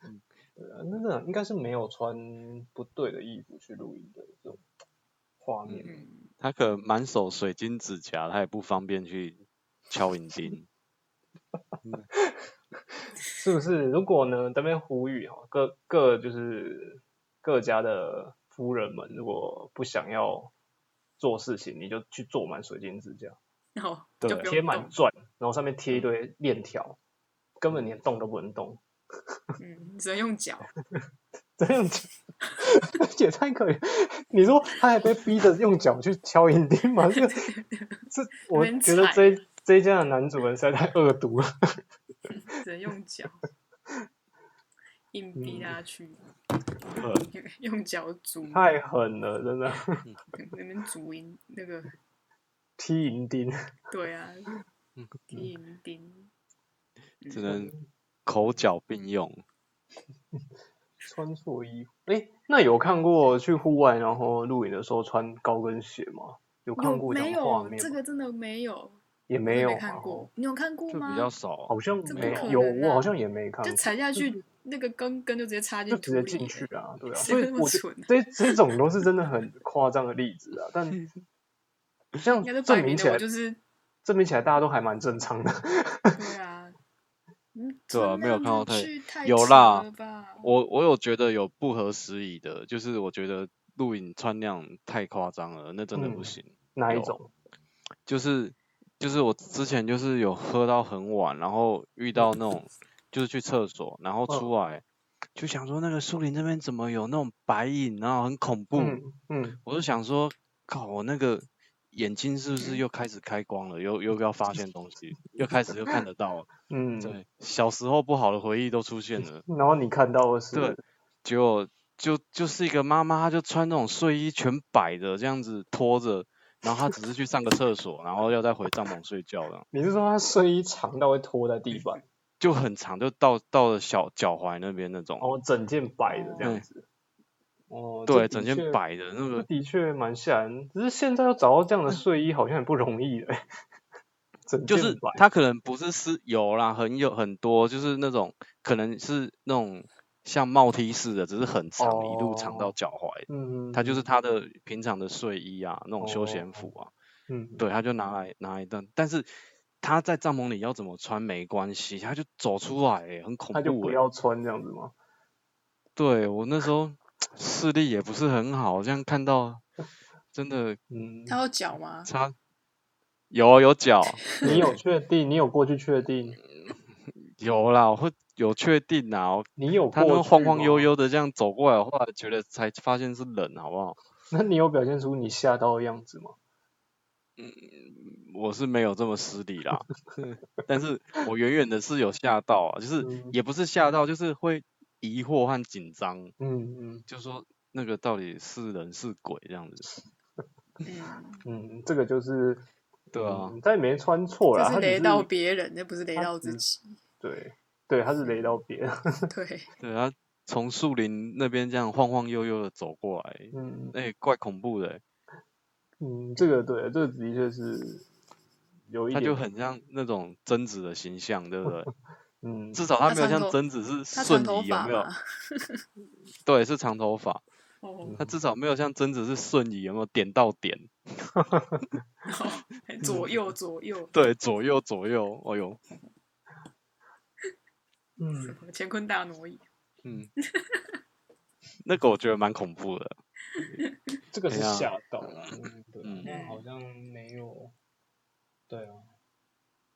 Speaker 1: 嗯
Speaker 2: 对啊，那那应该是没有穿不对的衣服去录音的这种画面，
Speaker 3: 嗯，
Speaker 1: 她可能满手水晶指甲，她也不方便去敲银钉。
Speaker 2: 是不是？如果呢，这边呼吁哦，各各就是各家的夫人们，如果不想要做事情，你就去做满水晶指甲，
Speaker 3: 然后
Speaker 1: 对
Speaker 3: 就不
Speaker 2: 贴
Speaker 3: 用
Speaker 2: 啊满
Speaker 3: 动，
Speaker 2: 钻，然后上面贴一堆链条，根本连动都不能动，
Speaker 3: 嗯，只能用脚，
Speaker 2: 这样子也太可怜。你说他还被逼着用脚去敲银钉吗？这个 这，我
Speaker 3: 人
Speaker 2: 觉得
Speaker 3: 才
Speaker 2: 这一这一家的男主人实在太恶毒了。
Speaker 3: 只能用 脚，硬
Speaker 2: 嗯
Speaker 3: 逼他去， 用脚足，
Speaker 2: 太狠了，真的
Speaker 3: 那边足音那个，
Speaker 2: 踢银钉。
Speaker 3: 对啊，
Speaker 2: 嗯
Speaker 3: 踢银钉，
Speaker 1: 只能口角并用。
Speaker 2: 穿错衣服。哎、那有看过去户外然后露营的时候穿高跟鞋吗？有看过
Speaker 3: 有
Speaker 2: 这
Speaker 3: 没
Speaker 2: 样的画
Speaker 3: 有
Speaker 2: 面吗？
Speaker 3: 这个真的没有，
Speaker 2: 也
Speaker 3: 我
Speaker 2: 没
Speaker 3: 都
Speaker 2: 有
Speaker 3: 没
Speaker 2: 嘛
Speaker 3: 看
Speaker 2: 哦
Speaker 3: 过，你有看过
Speaker 1: 就
Speaker 3: 吗？
Speaker 1: 比较少，
Speaker 2: 好像
Speaker 3: 这不
Speaker 2: 没
Speaker 3: 可
Speaker 2: 有，
Speaker 3: 能
Speaker 2: 有我好
Speaker 3: 啊
Speaker 2: 像也没看
Speaker 3: 就
Speaker 2: 过，
Speaker 3: 踩下去，那个根根就直接插进
Speaker 2: 就
Speaker 3: 土
Speaker 2: 直
Speaker 3: 里
Speaker 2: 接
Speaker 3: 耶，
Speaker 2: 进去啊，对啊，
Speaker 3: 谁
Speaker 2: 所以
Speaker 3: 那么
Speaker 2: 我觉
Speaker 3: 蠢啊
Speaker 2: 这这种都是真的很夸张的例子啊，但像
Speaker 3: 应该是摆
Speaker 2: 证明
Speaker 3: 明
Speaker 2: 起
Speaker 3: 了
Speaker 2: 来
Speaker 3: 我，就是
Speaker 2: 证明起来大家都还蛮正常的。
Speaker 3: 对啊，嗯，
Speaker 1: 对啊
Speaker 3: 穿
Speaker 1: 没有
Speaker 3: 那样
Speaker 1: 看到
Speaker 3: 子
Speaker 1: 太
Speaker 3: 去太
Speaker 1: 有
Speaker 3: 扯
Speaker 1: 啦
Speaker 3: 了吧
Speaker 1: 我我有觉得有不合时宜的，就是我觉得录影穿那样太夸张了，那真的不
Speaker 2: 嗯
Speaker 1: 行。
Speaker 2: 哪一
Speaker 1: 有
Speaker 2: 种？
Speaker 1: 就是就是我之前就是有喝到很晚，然后遇到那种就是去厕所，然后
Speaker 2: 嗯
Speaker 1: 出来、就想说那个树林这边怎么有那种白影，然后很恐怖，
Speaker 2: 嗯嗯，
Speaker 1: 我就想说，靠，我那个眼睛是不是又开始开光了，又又要发现东西，又开始又看得到了。
Speaker 2: 嗯
Speaker 1: 对，小时候不好的回忆都出现了。
Speaker 2: 然后你看到的是，
Speaker 1: 对，结果就就是一个妈妈，她就穿那种睡衣全摆的这样子拖着，然后她只是去上个厕所，然后要再回帐篷睡觉了，
Speaker 2: 你是说他睡衣长到会拖在地板，
Speaker 1: 就很长，就到到了小脚踝那边那种。
Speaker 2: 然后整件白的这样
Speaker 1: 对
Speaker 2: 子？哦，这
Speaker 1: 对，
Speaker 2: 的
Speaker 1: 整件
Speaker 2: 确
Speaker 1: 摆的那
Speaker 2: 这
Speaker 1: 个，嗯
Speaker 2: 的确蛮吓人，只是现在要找到这样的睡衣好像也不容易了。 整
Speaker 1: 就
Speaker 2: 件
Speaker 1: 是
Speaker 2: 白
Speaker 1: 她可能不是是有啦，很有很多，就是那种可能是那种像帽 T 式的，只是很长，一路长
Speaker 2: 哦
Speaker 1: 到脚踝。
Speaker 2: 嗯，哦
Speaker 1: 它就是他的平常的睡衣啊，那种休闲服啊，
Speaker 2: 嗯，
Speaker 1: 对，他就拿来拿来当，但是他在帐篷里要怎么穿没关系，他就走出来、欸，很恐
Speaker 2: 他就
Speaker 1: 怖、
Speaker 2: 不
Speaker 1: 欸。
Speaker 2: 要穿这样子嘛。
Speaker 1: 对我那时候视力也不是很好，这样看到真 的
Speaker 2: 嗯，
Speaker 3: 他有脚吗？
Speaker 1: 差有有脚
Speaker 2: 你有确定？你有过去确定？
Speaker 1: 有啦，我会有确定啊，我
Speaker 2: 你有
Speaker 1: 他那
Speaker 2: 过
Speaker 1: 么
Speaker 2: 去
Speaker 1: 晃晃
Speaker 2: 吗
Speaker 1: 悠？悠的这样走过来，我后来觉得才发现是人，好不好？
Speaker 2: 那你有表现出你吓到的样子吗？
Speaker 1: 我是没有这么失礼 啦，但是我远远的是有吓到啊，就是
Speaker 2: 嗯
Speaker 1: 也不是吓到，就是会疑惑和紧张，
Speaker 2: 嗯嗯
Speaker 1: 就说那个到底是人是鬼这样子。
Speaker 3: 嗯，
Speaker 2: 嗯，这个就是
Speaker 1: 对啊，
Speaker 2: 嗯，但也没穿错啦，
Speaker 3: 这
Speaker 2: 他
Speaker 3: 是
Speaker 2: 只
Speaker 3: 雷
Speaker 2: 是
Speaker 3: 到别人，那不是雷
Speaker 2: 他
Speaker 3: 到自
Speaker 2: 只
Speaker 3: 己。
Speaker 2: 对对，他是雷到别人，
Speaker 3: 对，
Speaker 1: 对啊，从树林那边这样晃晃悠悠的走过来，
Speaker 2: 嗯
Speaker 1: 那、也怪恐怖的欸、
Speaker 2: 嗯，这个对，这个的确是有一
Speaker 1: 他
Speaker 2: 点，
Speaker 1: 就很像那种贞子的形象，对不 对？
Speaker 2: 嗯
Speaker 1: 至少他
Speaker 3: 他
Speaker 1: 没有像
Speaker 3: 长头
Speaker 1: 贞子是
Speaker 3: 他长
Speaker 1: 瞬
Speaker 3: 头
Speaker 1: 移，有
Speaker 3: 发
Speaker 1: 没有？
Speaker 3: 嘛，
Speaker 1: 对，是长头发，
Speaker 3: 哦，
Speaker 1: 他至少没有像贞子是瞬移，有没有点到点？
Speaker 3: 哦左右左右，
Speaker 1: 对，左右左右，哎呦，
Speaker 2: 嗯
Speaker 3: 乾坤大挪移，
Speaker 1: 嗯，那个我觉得蛮恐怖的。
Speaker 2: 这个是
Speaker 1: 哎呀
Speaker 2: 吓到了，嗯对啊，
Speaker 1: 嗯
Speaker 2: 那好像没有，对啊，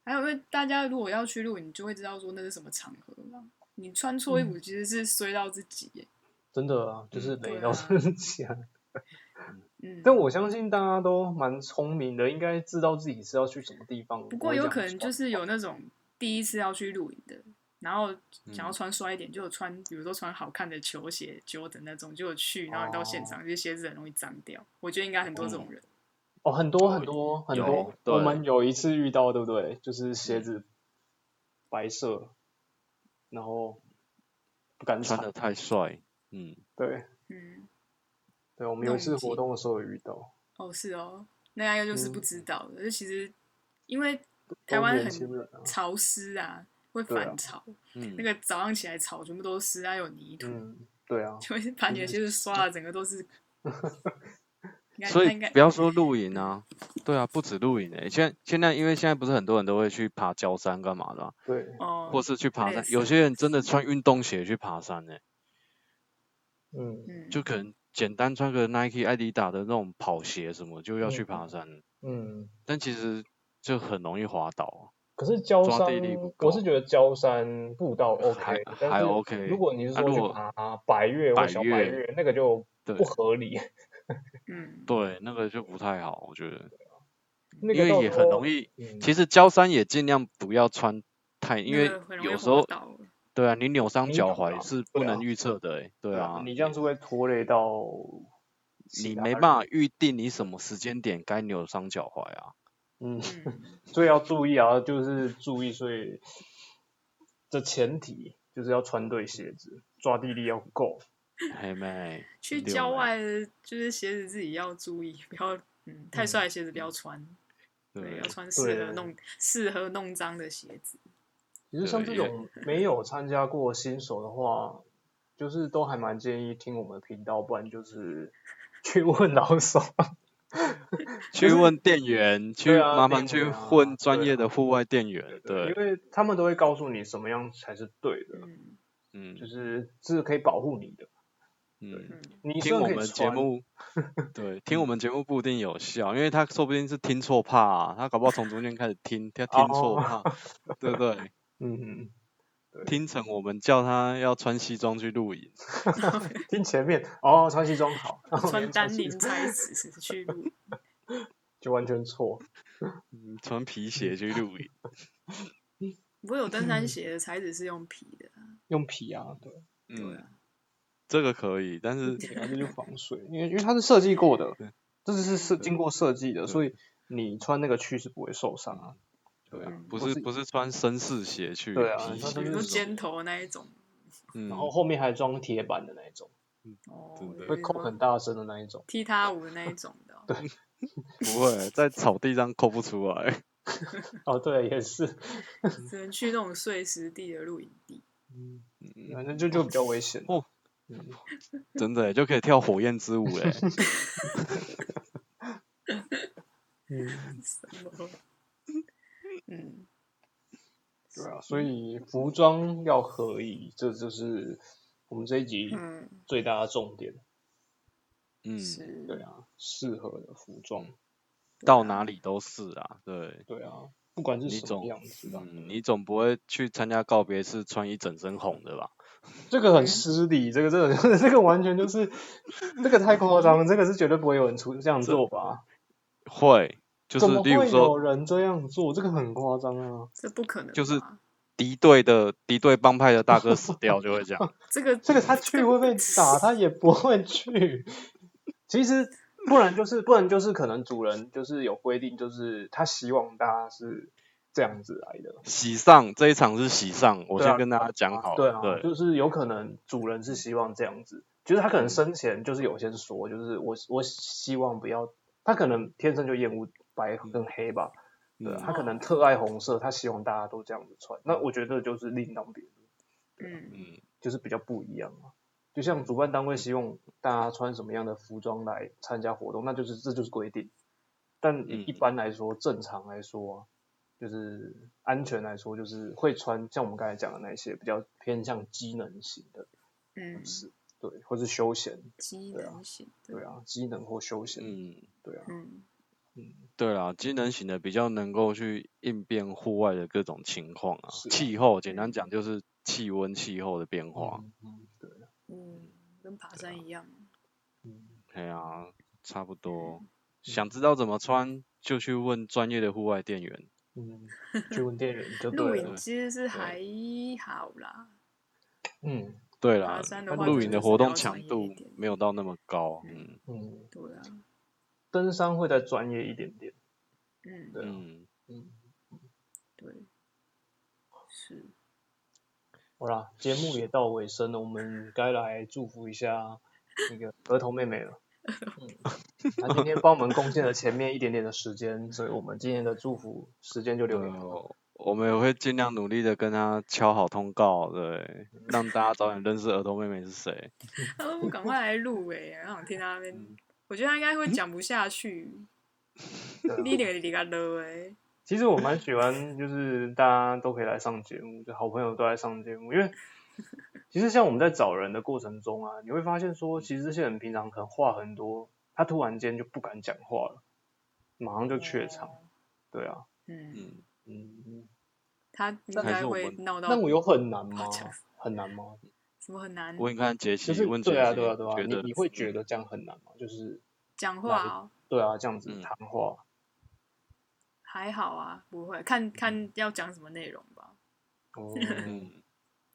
Speaker 3: 还有，因为大家如果要去露营，你就会知道说那是什么场合嘛。你穿错衣服其实是衰到自己耶。
Speaker 2: 真的啊，就是
Speaker 1: 嗯
Speaker 2: 雷
Speaker 3: 对
Speaker 2: 到
Speaker 3: 啊
Speaker 2: 自己啊。
Speaker 3: 嗯，
Speaker 2: 但我相信大家都蛮聪明的，应该知道自己是要去什么地方。
Speaker 3: 不过
Speaker 2: 会这
Speaker 3: 有
Speaker 2: 样
Speaker 3: 可能就
Speaker 2: 穿
Speaker 3: 是有那种第一次要去露营的，然后想要穿帅一点，就有穿，比如说穿好看的球鞋、j 的那种，就有去，然后你到现场这鞋子很容易脏掉。我觉得应该很多这种人。
Speaker 2: 哦，很多
Speaker 1: 哦
Speaker 2: 很多很
Speaker 3: 有
Speaker 2: 多，
Speaker 1: 对嗯
Speaker 2: 我们有一次遇到，对不对？就是鞋子白色，然后不敢
Speaker 1: 穿
Speaker 2: 踩
Speaker 1: 的，太帅，嗯，
Speaker 2: 对
Speaker 3: 嗯，
Speaker 2: 对，我们有一次
Speaker 3: 弄一季
Speaker 2: 活动的时候有遇到，
Speaker 3: 哦，是哦，那应该就是不
Speaker 2: 嗯
Speaker 3: 知道的。就其实因为
Speaker 2: 都
Speaker 3: 台湾
Speaker 2: 年轻
Speaker 3: 很
Speaker 2: 人啊，
Speaker 3: 潮湿啊，会
Speaker 2: 对啊
Speaker 3: 反潮，
Speaker 1: 嗯
Speaker 3: 那个早上起来草全部都是湿啊，还有泥土。
Speaker 2: 嗯，对啊，
Speaker 3: 就会把你的鞋子刷的整个都 是。应该
Speaker 1: 所
Speaker 3: 他
Speaker 1: 以
Speaker 3: 应该
Speaker 1: 不要说露营啊，对啊，不止露营诶、现现在因为现在不是很多人都会去爬焦山干嘛的啊、
Speaker 2: 对，
Speaker 3: 哦，
Speaker 1: 或是去爬
Speaker 3: 类
Speaker 1: 山，
Speaker 3: 似
Speaker 1: 有些人真的穿运动鞋去爬山诶、
Speaker 2: 嗯
Speaker 3: 嗯，
Speaker 1: 就可能简单穿个 Nike、艾迪达的那种跑鞋什么就要去
Speaker 2: 嗯
Speaker 1: 爬山，
Speaker 2: 嗯。
Speaker 1: 但其实就很容易滑倒啊
Speaker 2: 可是焦
Speaker 1: 抓
Speaker 2: 山
Speaker 1: 地力不，够
Speaker 2: 我是觉得焦山步道 OK，但
Speaker 1: 还
Speaker 2: 是
Speaker 1: OK
Speaker 2: 如果你是
Speaker 1: 啊
Speaker 2: 说
Speaker 1: 如
Speaker 2: 去
Speaker 1: 果
Speaker 2: 爬百越
Speaker 1: 百
Speaker 2: 或小百
Speaker 1: 越
Speaker 2: 越，那个就
Speaker 1: 对
Speaker 2: 不合理，
Speaker 3: 嗯，
Speaker 1: 对，那个就不太好，我觉得，
Speaker 2: 那
Speaker 1: 因
Speaker 2: 个
Speaker 1: 为也很容
Speaker 2: 易。
Speaker 1: 易。
Speaker 2: 嗯
Speaker 1: 其实焦山也尽量不要穿太，因
Speaker 3: 那
Speaker 1: 为
Speaker 3: 个很容易
Speaker 1: 有时
Speaker 3: 滑
Speaker 1: 候
Speaker 3: 倒了
Speaker 1: 对啊，你扭伤
Speaker 2: 你
Speaker 1: 脚
Speaker 2: 扭到
Speaker 1: 踝是不
Speaker 2: 对啊
Speaker 1: 能预测的、欸，对啊，
Speaker 2: 你这样是会拖累到其
Speaker 1: 你
Speaker 2: 他
Speaker 1: 没
Speaker 2: 人
Speaker 1: 办法预定你什么时间点该扭伤脚踝啊。
Speaker 2: 嗯，
Speaker 3: 嗯，
Speaker 2: 所以要注意啊，就是注意，所以这前提就是要穿对鞋子，抓地力要够。
Speaker 1: 嘿妹，
Speaker 3: 去
Speaker 1: 六
Speaker 3: 郊
Speaker 1: 妹，
Speaker 3: 外的就是鞋子自己要注意，不要嗯太
Speaker 2: 嗯
Speaker 3: 帅的鞋子不要穿，对，
Speaker 1: 对
Speaker 3: 要，穿适合
Speaker 2: 对
Speaker 3: 弄适合弄脏的鞋子。
Speaker 2: 其实像这
Speaker 1: 对
Speaker 2: 种没有参加过新手的话，就是都还蛮建议听我们的频道，不然就是 去问老手。
Speaker 1: 去问店员，去
Speaker 2: 啊
Speaker 1: 麻
Speaker 2: 店
Speaker 1: 烦去
Speaker 2: 员啊
Speaker 1: 混专
Speaker 2: 对
Speaker 1: 业
Speaker 2: 啊
Speaker 1: 的户外店员，
Speaker 2: 因
Speaker 1: 对，
Speaker 2: 为他们都会告诉你什么样才是对的，
Speaker 3: 嗯
Speaker 1: 嗯
Speaker 2: 就是这是可以保护你的。
Speaker 1: 嗯，
Speaker 3: 嗯，
Speaker 2: 你虽
Speaker 1: 听
Speaker 2: 然
Speaker 1: 我
Speaker 2: 可以
Speaker 1: 们节
Speaker 2: 穿， 嗯
Speaker 1: 目，对，听我们节目不一定有效，因为他说不定是听错怕啊，他搞不好从中间开始听，他听错
Speaker 2: 哦
Speaker 1: 怕， 对不对？
Speaker 2: 嗯嗯，
Speaker 1: 听成我们叫他要穿西装去露营，
Speaker 2: 嗯听前面哦，穿西装好， 然后
Speaker 3: 穿
Speaker 2: 穿
Speaker 3: 丹
Speaker 2: 西
Speaker 3: 宁
Speaker 2: 装
Speaker 3: 才子是 去露营，
Speaker 2: 就完全错。
Speaker 1: 嗯穿皮鞋去露营，
Speaker 3: 不过有登山鞋的材质是用皮的啊，
Speaker 2: 用皮啊，对，
Speaker 3: 对
Speaker 1: 嗯
Speaker 3: 啊，，
Speaker 1: 这个可以， 但是
Speaker 2: 对啊，这就防水，因为因为它是设计过的
Speaker 1: 对，
Speaker 2: 这是设经过设计
Speaker 1: 对
Speaker 2: 的，所以你穿那个去是不会受伤啊。
Speaker 1: 对
Speaker 3: 嗯
Speaker 1: 不
Speaker 2: 不
Speaker 1: 是
Speaker 2: 是
Speaker 1: 不是穿绅士鞋去
Speaker 2: 对啊
Speaker 1: 皮
Speaker 2: 穿
Speaker 1: 鞋
Speaker 2: 绅
Speaker 3: 比
Speaker 2: 士
Speaker 1: 那
Speaker 3: 如
Speaker 1: 种，
Speaker 3: 说
Speaker 2: 鞋
Speaker 3: 尖头那一种，
Speaker 1: 嗯，
Speaker 2: 然后后面还装铁板的那一种，
Speaker 3: 哦，
Speaker 1: 真的
Speaker 3: 有
Speaker 2: 会
Speaker 3: 一
Speaker 2: 扣
Speaker 3: 种
Speaker 2: 很大声的那一种。
Speaker 3: 踢踏舞的那一种的 哦，
Speaker 1: 不会在草地上抠不出来。
Speaker 2: 哦，对，也是，
Speaker 3: 只能去那种碎石地的露营地。
Speaker 2: 嗯反正就就比较危险。
Speaker 1: 哦
Speaker 2: 嗯，
Speaker 1: 真的耶欸就可以跳火焰之舞欸 嘞。
Speaker 2: 嗯，
Speaker 3: 什么？ 嗯，
Speaker 2: 对啊，所以服装要合宜，这就是我们这一集
Speaker 3: 嗯，
Speaker 2: 最大的重点。
Speaker 1: 嗯，
Speaker 3: 是，
Speaker 2: 对啊，适合的服装，
Speaker 1: 到哪里都是啊，对。
Speaker 2: 对啊，不管是啊
Speaker 1: 你
Speaker 2: 什么
Speaker 1: 总
Speaker 2: 样子的，
Speaker 1: 嗯，你总不会去参加告别式穿一整身红的吧？
Speaker 2: 这个很失礼，这个这个 这个完全就是，这个太夸张了，这个是绝对不会有人出这样做吧？
Speaker 1: 会，就是
Speaker 2: 怎么
Speaker 1: 例如
Speaker 2: 会有
Speaker 1: 说
Speaker 2: 人这样做？这个很夸张啊！
Speaker 3: 这不可能，
Speaker 1: 就是敌对的敌对帮派的大哥死掉就会这 样，
Speaker 3: 这个
Speaker 2: 这个他去会被打，他也不会去。其实，不然就是不然就是可能主人就是有规定，就是他希望大家是这样子来的。
Speaker 1: 喜上这一场是喜上，我
Speaker 2: 对啊
Speaker 1: 先跟大家讲好
Speaker 2: 对
Speaker 1: 了，
Speaker 2: 啊，
Speaker 1: 对，
Speaker 2: 就是有可能主人是希望这样子，就是他可能生前就是有先说，就是我我希望不要，他可能天生就厌恶白跟黑吧，对啊，
Speaker 1: 嗯
Speaker 2: 他可能特爱红色，他希望大家都这样子穿。那我觉得就是另当别论，
Speaker 3: 嗯，
Speaker 1: 嗯
Speaker 2: 就是比较不一样啊。就像主办单位希望大家穿什么样的服装来参加活动，那就是这就是规定。但
Speaker 1: 嗯
Speaker 2: 一般来说，正常来说、啊，就是安全来说，就是会穿像我们刚才讲的那些比较偏向机能型的，
Speaker 3: 嗯，
Speaker 2: 是对，或是休闲，
Speaker 3: 机
Speaker 2: 对啊
Speaker 3: 能型的，
Speaker 2: 对啊，机能或休闲，
Speaker 1: 嗯，
Speaker 2: 对啊，
Speaker 3: 嗯
Speaker 2: 嗯，
Speaker 1: 对啦，机能型的比较能够去应变户外的各种情况啊，
Speaker 2: 是啊
Speaker 1: 气候简单讲就是气温气候的变化，
Speaker 2: 嗯，嗯对啊，
Speaker 3: 嗯，跟爬山一样，
Speaker 2: 嗯，
Speaker 1: 哎呀、差不
Speaker 3: 嗯
Speaker 1: 多，想知道怎么穿就去问专业的户外店员，
Speaker 2: 嗯，去问店员 就
Speaker 3: 露
Speaker 2: 对啊
Speaker 3: 营
Speaker 2: 了，
Speaker 3: 其实是还好啦，
Speaker 2: 嗯
Speaker 1: 对
Speaker 3: 爬
Speaker 1: 啦，
Speaker 3: 山的话
Speaker 1: 露营
Speaker 3: 就是
Speaker 1: 的活
Speaker 3: 比较
Speaker 1: 动
Speaker 3: 专
Speaker 1: 强
Speaker 3: 业一
Speaker 1: 度
Speaker 3: 点
Speaker 1: 没有到那么高，
Speaker 3: 嗯
Speaker 1: 嗯
Speaker 2: 嗯，
Speaker 3: 对啊，
Speaker 2: 登山会再专业一点点，
Speaker 3: 嗯，
Speaker 2: 对啊，
Speaker 1: 嗯，
Speaker 2: 嗯，
Speaker 3: 对，是，
Speaker 2: 好啦，节目也到尾声了，我们该来祝福一下那个儿童妹妹了。嗯，她今天帮我们贡献了前面一点点的时间，所以我们今天的祝福时间就留
Speaker 3: 啊
Speaker 1: 嗯对
Speaker 2: 给她。
Speaker 1: 我们也会尽量努力的跟他敲好通告，对，
Speaker 3: 嗯
Speaker 1: 让大家早点认识儿童妹妹是谁。
Speaker 3: 他说我赶快来录哎，然后我听他那
Speaker 2: 嗯
Speaker 3: 边，我觉得他应该会讲不下去，你
Speaker 2: 对
Speaker 3: 点你个了哎，
Speaker 2: 其实我蛮喜欢，就是大家都可以来上节目，就好朋友都来上节目，因为 其实像我们在找人的过程中啊，你会发现说，其实这些人平常可能话很多，他突然间就不敢讲话了，马上就怯场。对啊，
Speaker 3: 嗯，
Speaker 1: 嗯，
Speaker 2: 嗯，
Speaker 3: 他应该会闹到
Speaker 2: 那我有很难吗
Speaker 3: 好强？
Speaker 2: 很难吗？
Speaker 3: 什么很
Speaker 1: 嗯
Speaker 3: 难
Speaker 1: 问看杰西
Speaker 2: 就，是
Speaker 1: 问杰西，
Speaker 2: 对啊，对啊，对啊，
Speaker 1: 觉
Speaker 2: 你
Speaker 1: 得
Speaker 2: 你会觉得这样很难吗？就是
Speaker 3: 讲话哦，
Speaker 2: 对啊，这样子
Speaker 1: 嗯
Speaker 2: 谈话，
Speaker 3: 还好啊，不会看
Speaker 2: 嗯
Speaker 3: 看要讲什么内容吧，
Speaker 2: 哦，
Speaker 1: 嗯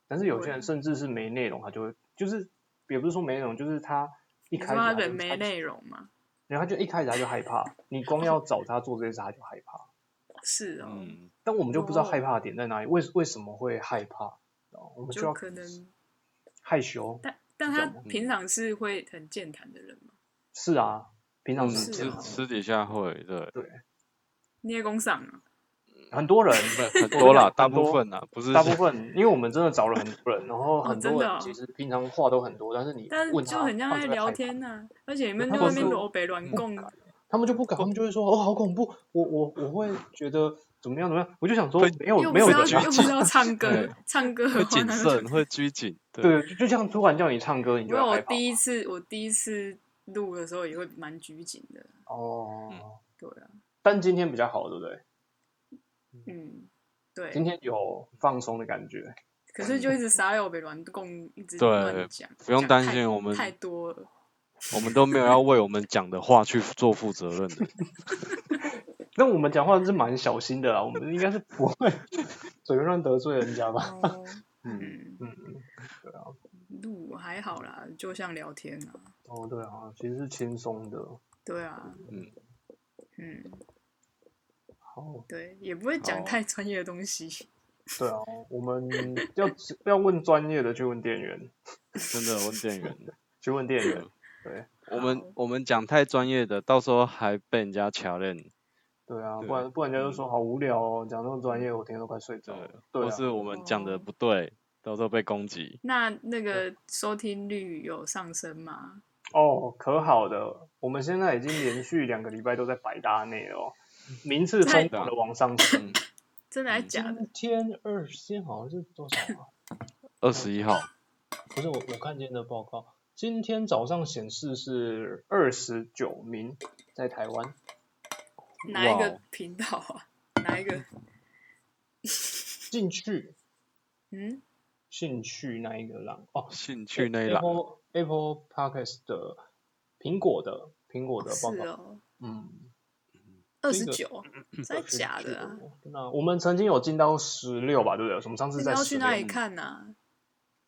Speaker 2: 但是有些人甚至是没内容，他就会就是也不是说没内容，就是他一
Speaker 3: 你说
Speaker 2: 开始他
Speaker 3: 他
Speaker 2: 就
Speaker 3: 人没
Speaker 2: 他
Speaker 3: 内容嘛，
Speaker 2: 然后他就一开始他就害怕，你光要找他做这件事他就害怕，
Speaker 3: 是哦，
Speaker 1: 嗯，
Speaker 2: 但我们就不知道
Speaker 3: 哦
Speaker 2: 害怕的点在哪里，为为什么会害怕？哦我们就
Speaker 3: 就
Speaker 2: 要
Speaker 3: 可能，
Speaker 2: 害羞，
Speaker 3: 但但
Speaker 2: 这
Speaker 3: 他
Speaker 2: 样吗
Speaker 3: 平常是会很健谈的人嘛，
Speaker 2: 是啊，平常是
Speaker 3: 是哦
Speaker 2: 这
Speaker 1: 私
Speaker 2: 样，啊
Speaker 1: 私底下会， 对，
Speaker 2: 对，
Speaker 3: 捏工上啊，
Speaker 2: 很多人，
Speaker 1: 不很多啦，
Speaker 2: 很
Speaker 1: 大部
Speaker 2: 多
Speaker 1: 分啦，啊不是
Speaker 2: 大 部分，因为我们真的找了很多人，然后很
Speaker 3: 真
Speaker 2: 多
Speaker 3: 的哦
Speaker 2: 人其实平常话都很多，但是你
Speaker 3: 但
Speaker 2: 问
Speaker 3: 就
Speaker 2: 他
Speaker 3: 很像
Speaker 2: 他
Speaker 3: 在
Speaker 2: 就会
Speaker 3: 聊
Speaker 2: 害怕
Speaker 3: 天呐、而且你们
Speaker 2: 他
Speaker 3: 就在
Speaker 2: 们
Speaker 3: 那边
Speaker 2: 是嗯
Speaker 3: 裸北乱供，
Speaker 2: 他们就不敢，他们就会说哦，好恐怖，我我我会觉得怎么样怎么样，我就想说
Speaker 1: 会
Speaker 2: 没有
Speaker 3: 又
Speaker 2: 没
Speaker 3: 不
Speaker 2: 有
Speaker 3: 是
Speaker 2: 人要
Speaker 3: 要又不是要唱歌
Speaker 1: 对，
Speaker 3: 唱歌
Speaker 1: 会
Speaker 3: 的话
Speaker 1: 谨
Speaker 3: 那就
Speaker 1: 慎，会拘谨， 对，嗯
Speaker 2: 对，就就这样突然叫你唱歌，你
Speaker 3: 因
Speaker 2: 就
Speaker 3: 为
Speaker 2: 会
Speaker 3: 我
Speaker 2: 害怕
Speaker 3: 第一次我第一次录的时候也会蛮拘谨的，
Speaker 2: 哦。
Speaker 3: 对啊，
Speaker 2: 但今天比较好，对不对？
Speaker 3: 嗯，对，
Speaker 2: 今天有放松的感觉，
Speaker 3: 可是就一直撒尿被乱供，一直
Speaker 1: 对
Speaker 3: 乱讲，
Speaker 1: 不用
Speaker 3: 讲
Speaker 1: 担
Speaker 3: 太
Speaker 1: 心我们
Speaker 3: 太多了，
Speaker 1: 我们都没有要为我们讲的话去做负责任的，
Speaker 2: 那我们讲话是蛮小心的啦，我们应该是不会 随便乱得罪人家吧？
Speaker 3: 哦，
Speaker 1: 嗯，
Speaker 3: 嗯，
Speaker 2: 嗯，对啊，
Speaker 3: 录还好啦，就像聊天啊，
Speaker 2: 哦对啊，其实是轻松的。
Speaker 3: 对啊，
Speaker 1: 嗯
Speaker 3: 嗯，
Speaker 2: 好，
Speaker 3: 对，也不会讲
Speaker 1: 好
Speaker 3: 太专业的东西，
Speaker 2: 对啊，我们要要问专业的去问店员，
Speaker 1: 真的问店员，
Speaker 2: 去问店员
Speaker 1: 嗯。
Speaker 2: 对
Speaker 1: 我
Speaker 3: 好
Speaker 1: 们我们讲太专业的，到时候还被人家瞧练，
Speaker 2: 对啊，
Speaker 1: 对嗯
Speaker 2: 不然不然人家就说好无聊哦，讲那么专业，我听得都快睡着
Speaker 1: 对
Speaker 2: 了。，对
Speaker 1: 或
Speaker 2: 啊，
Speaker 1: 是我们讲
Speaker 3: 哦
Speaker 1: 的不对，到时候被攻 击。
Speaker 3: 那那个收听率有上升吗？
Speaker 2: 哦，可好的，我们现在已经连续两个礼拜都在百大内 了哦，名次疯
Speaker 1: 啊
Speaker 2: 狂的往上
Speaker 1: 嗯
Speaker 2: 升。
Speaker 3: 真
Speaker 2: 嗯
Speaker 3: 的还假的？
Speaker 2: 啊今天二十，今天好像是多少啊？
Speaker 1: 二十一号，
Speaker 2: 不是我，我看今天的报告，今天早上显示是二十九名在台湾，
Speaker 3: 哪一
Speaker 1: 哇
Speaker 3: 个
Speaker 1: 哦
Speaker 3: 频道啊？哪一个？
Speaker 2: 进去
Speaker 3: 嗯，
Speaker 2: 兴趣那一个栏哦，
Speaker 1: 兴趣那一栏
Speaker 2: Apple Apple Podcast 的苹果的苹果的
Speaker 3: 是
Speaker 2: 报告，
Speaker 3: 哦，
Speaker 2: 嗯，
Speaker 3: 二
Speaker 2: 这
Speaker 3: 十
Speaker 2: 个嗯
Speaker 3: 九，真的假的啊？
Speaker 2: 29？那我们曾经有进到十六吧，对不对？我们上次
Speaker 3: 那
Speaker 2: 在
Speaker 3: 你要去
Speaker 2: 16
Speaker 3: 哪里？看呐？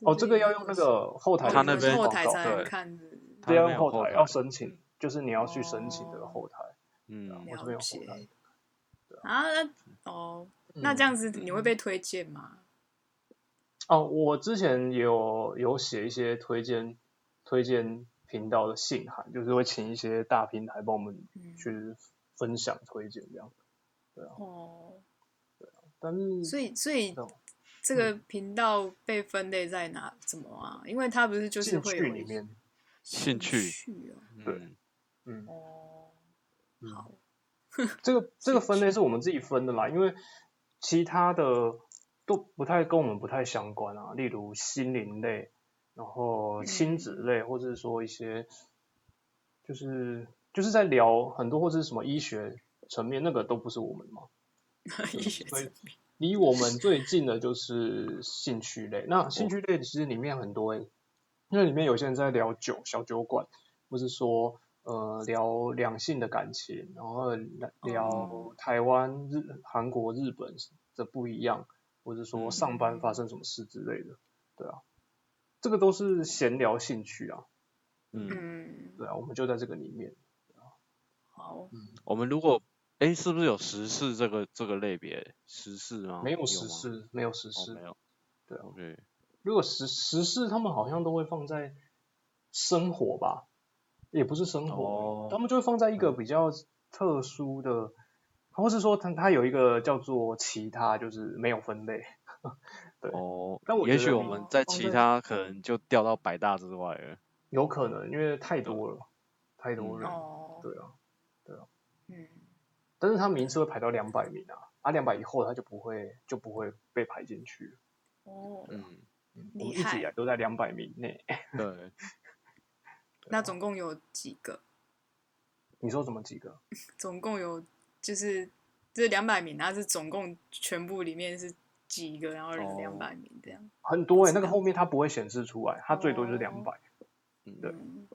Speaker 2: 哦，这个要用那个后
Speaker 3: 哦
Speaker 2: 台，
Speaker 1: 他那边
Speaker 3: 后台才能
Speaker 1: 对
Speaker 3: 看是不是。
Speaker 1: 他那
Speaker 2: 对，要
Speaker 1: 边
Speaker 2: 用
Speaker 1: 有
Speaker 2: 后
Speaker 1: 后
Speaker 2: 台哦
Speaker 1: 台
Speaker 2: 要申请，就是你要去申请这个后台。
Speaker 3: 哦
Speaker 1: 嗯，
Speaker 2: 我这边有
Speaker 3: 了
Speaker 2: 后台
Speaker 3: 解。啊，那哦，那
Speaker 2: 嗯
Speaker 3: 这样子你会被推荐吗？
Speaker 2: 哦，我之前也有有写一些推荐推荐频道的信函，就是会请一些大平台帮我们
Speaker 3: 嗯，
Speaker 2: 去分享推荐这样。
Speaker 3: 哦，
Speaker 2: 但是
Speaker 3: 所以所以
Speaker 2: 懂
Speaker 3: 这个
Speaker 2: 嗯
Speaker 3: 频道被分类在哪？怎么啊？因为它不是就是
Speaker 2: 进
Speaker 3: 会
Speaker 2: 去
Speaker 3: 有
Speaker 2: 里面，
Speaker 1: 兴
Speaker 3: 兴
Speaker 1: 趣
Speaker 3: 哦
Speaker 2: 对
Speaker 1: 嗯
Speaker 2: 嗯，
Speaker 3: 哦，
Speaker 2: 嗯
Speaker 3: 好，
Speaker 2: 这个这个分类是我们自己分的啦，因为其他的都不太跟我们不太相关啊，例如心灵类，然后亲子类，或者是说一些就是就是在聊很多或者是什么医学层面，那个都不是我们嘛。
Speaker 3: 医学
Speaker 2: 所以
Speaker 3: 层面
Speaker 2: 离我们最近的就是兴趣类，那兴趣类其实里面很多、欸，因为里面有些人在聊酒、小酒馆，或是说呃聊两性的感情，然后聊
Speaker 3: 哦
Speaker 2: 台湾、日、韩国、日本的不一样，或是说上班发生什么事之类的，对啊，这个都是闲聊兴趣啊，
Speaker 1: 嗯，
Speaker 3: 嗯，
Speaker 2: 对啊，我们就在这个里面，
Speaker 3: 好，
Speaker 1: 我们如果哎，是不是有时事这个这个类别？时事吗？
Speaker 2: 没有
Speaker 1: 哦吗
Speaker 2: 时，事，没有时
Speaker 1: 哦，没
Speaker 2: 事，
Speaker 1: 有。
Speaker 2: 对啊
Speaker 1: OK，
Speaker 2: 如果时时事，他们好像都会放在生活吧，也不是生活，
Speaker 1: 哦
Speaker 2: 他们就会放在一
Speaker 3: 嗯
Speaker 2: 个比较特殊的，或是说它它有一个叫做其他，就是没有分类。对
Speaker 1: 哦
Speaker 2: 但我，
Speaker 1: 也
Speaker 2: 觉
Speaker 1: 许
Speaker 2: 得
Speaker 1: 我
Speaker 3: 你
Speaker 1: 们在
Speaker 2: 放
Speaker 1: 其
Speaker 2: 在
Speaker 1: 他可能就掉到百大之外了。
Speaker 2: 有可能因为太多了，太多
Speaker 1: 嗯
Speaker 2: 人，
Speaker 3: 哦，
Speaker 2: 对啊，
Speaker 3: 嗯，
Speaker 2: 但是它名次会排到两百名啊，啊两百以后它就不会就不会被排进去。
Speaker 3: 哦，
Speaker 1: 嗯，
Speaker 2: 嗯我们
Speaker 3: 厉
Speaker 2: 一直
Speaker 3: 害
Speaker 2: 以来都在两百名内。
Speaker 1: 对，
Speaker 2: 啊
Speaker 3: 那总共有几个？
Speaker 2: 你说怎么几个？
Speaker 3: 总共有就是这两百名，它是总共全部里面是几个，然后
Speaker 1: 哦
Speaker 3: 两百名这样。
Speaker 2: 很多哎、
Speaker 3: 不知
Speaker 2: 那
Speaker 3: 道
Speaker 2: 个后面它不会显示出来，它最多就是
Speaker 3: 哦
Speaker 2: 两百。对
Speaker 3: 嗯，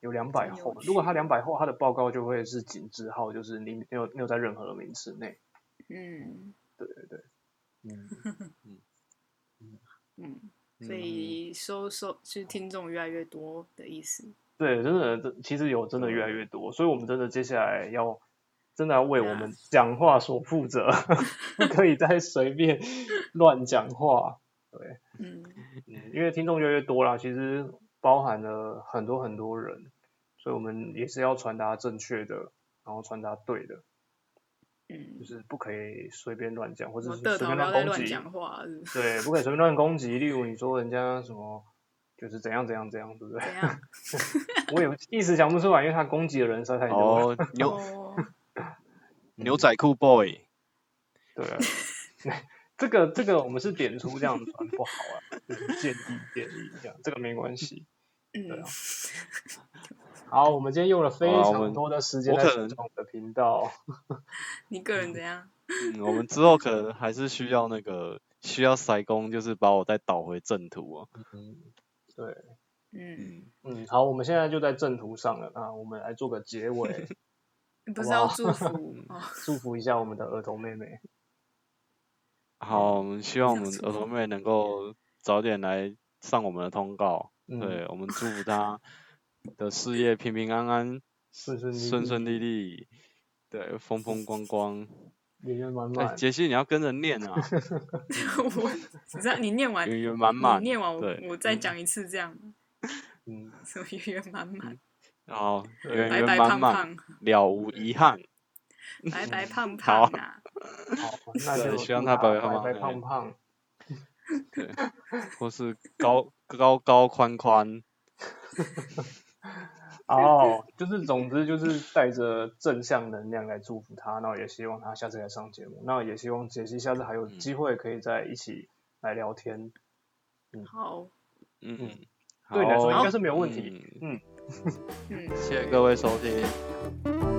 Speaker 2: 有两百
Speaker 3: 真有
Speaker 2: 后，
Speaker 3: 趣
Speaker 2: 如果他两百后，他的报告就会是井字号，就是你没有没有在任何的名次内。
Speaker 3: 嗯
Speaker 2: 对对对，嗯，
Speaker 3: 嗯，所以收收就是听众越来越多的意思。
Speaker 2: 对，真的，这其实有真的越来越多，所以我们真的接下来要真的要为我们讲话所负责， 不可以再随便乱讲话。
Speaker 3: 嗯，
Speaker 2: 嗯，因为听众越来越多啦，其实包含了很多很多人，所以我们也是要传达正确的，然后传达对的，就
Speaker 3: 嗯，
Speaker 2: 是不可以随便乱讲，或者
Speaker 3: 我
Speaker 2: 是
Speaker 3: 得
Speaker 2: 随
Speaker 3: 头
Speaker 2: 便
Speaker 3: 不要
Speaker 2: 乱
Speaker 3: 再
Speaker 2: 攻
Speaker 3: 乱
Speaker 2: 击。
Speaker 3: 讲话，是不是
Speaker 2: 对，不可以随便乱攻击。例如你说人家什么，就是怎样怎样怎样，对不 对？
Speaker 3: 怎样？
Speaker 2: 我也一时想不出来，因为他攻击的人实在太多了。
Speaker 1: 哦，牛
Speaker 3: 哦，
Speaker 1: 牛仔裤 boy，
Speaker 2: 对啊， 这个这个我们是点出这样子很不好啊，就是建议建议这样，这个没关系。对
Speaker 3: 嗯
Speaker 2: 啊，好，我们今天用了非
Speaker 1: 好啊我
Speaker 2: 常
Speaker 1: 们
Speaker 2: 多的时间
Speaker 1: 我
Speaker 2: 在
Speaker 1: 可
Speaker 2: 讲
Speaker 1: 能
Speaker 2: 我们的频道，
Speaker 3: 你个人怎样？
Speaker 1: 嗯，我们之后可能还是需要那个需要塞工，就是把我再导回正途啊。
Speaker 2: 嗯，对，
Speaker 3: 嗯，
Speaker 1: 嗯，
Speaker 2: 嗯，好，我们现在就在正途上了，那我们来做个结尾，嗯
Speaker 3: 不是要 祝福哦，
Speaker 2: 祝福一下我们的儿童妹妹。嗯
Speaker 1: 好，我们希望我们
Speaker 3: 祝
Speaker 1: 儿童妹能够早点来上我们的通告，
Speaker 2: 嗯，
Speaker 1: 对，我们祝福她的事业平平安安、
Speaker 2: 顺顺利利，
Speaker 1: 顺顺利利，对，风风光 光。
Speaker 2: 圆圆满
Speaker 1: 哎，
Speaker 2: 满。
Speaker 1: 杰西，你要跟着念 啊，
Speaker 3: 我你知道你念完，
Speaker 1: 圆圆满
Speaker 3: 你
Speaker 1: 满。
Speaker 3: 念完我
Speaker 1: 对，
Speaker 3: 我再讲一次这样，
Speaker 2: 嗯，
Speaker 3: 什么圆圆满满，
Speaker 1: 好，
Speaker 2: 对
Speaker 1: 圆
Speaker 3: 白
Speaker 1: 圆
Speaker 3: 白
Speaker 1: 满
Speaker 3: 胖
Speaker 1: 满，
Speaker 3: 胖，
Speaker 1: 了无遗憾。
Speaker 3: 白白胖
Speaker 1: 好
Speaker 3: 胖啊。
Speaker 2: 好，那
Speaker 1: 对
Speaker 2: 就
Speaker 1: 希望
Speaker 2: 祝
Speaker 1: 他白白
Speaker 2: 白
Speaker 1: 胖
Speaker 2: 白
Speaker 1: 胖
Speaker 2: 胖胖。
Speaker 1: 对，或是高高高宽宽，
Speaker 2: 哦，就是总之就是带着正向能量来祝福他，然后也希望他下次来上节目，那也希望杰西下次还有机会可以在一起来聊天。
Speaker 3: 好，
Speaker 1: 嗯，
Speaker 2: 对你来说
Speaker 1: 好
Speaker 2: 应该是没有问题。
Speaker 1: 嗯
Speaker 2: 嗯，
Speaker 3: 嗯。
Speaker 1: 谢谢各位收听。
Speaker 2: 拜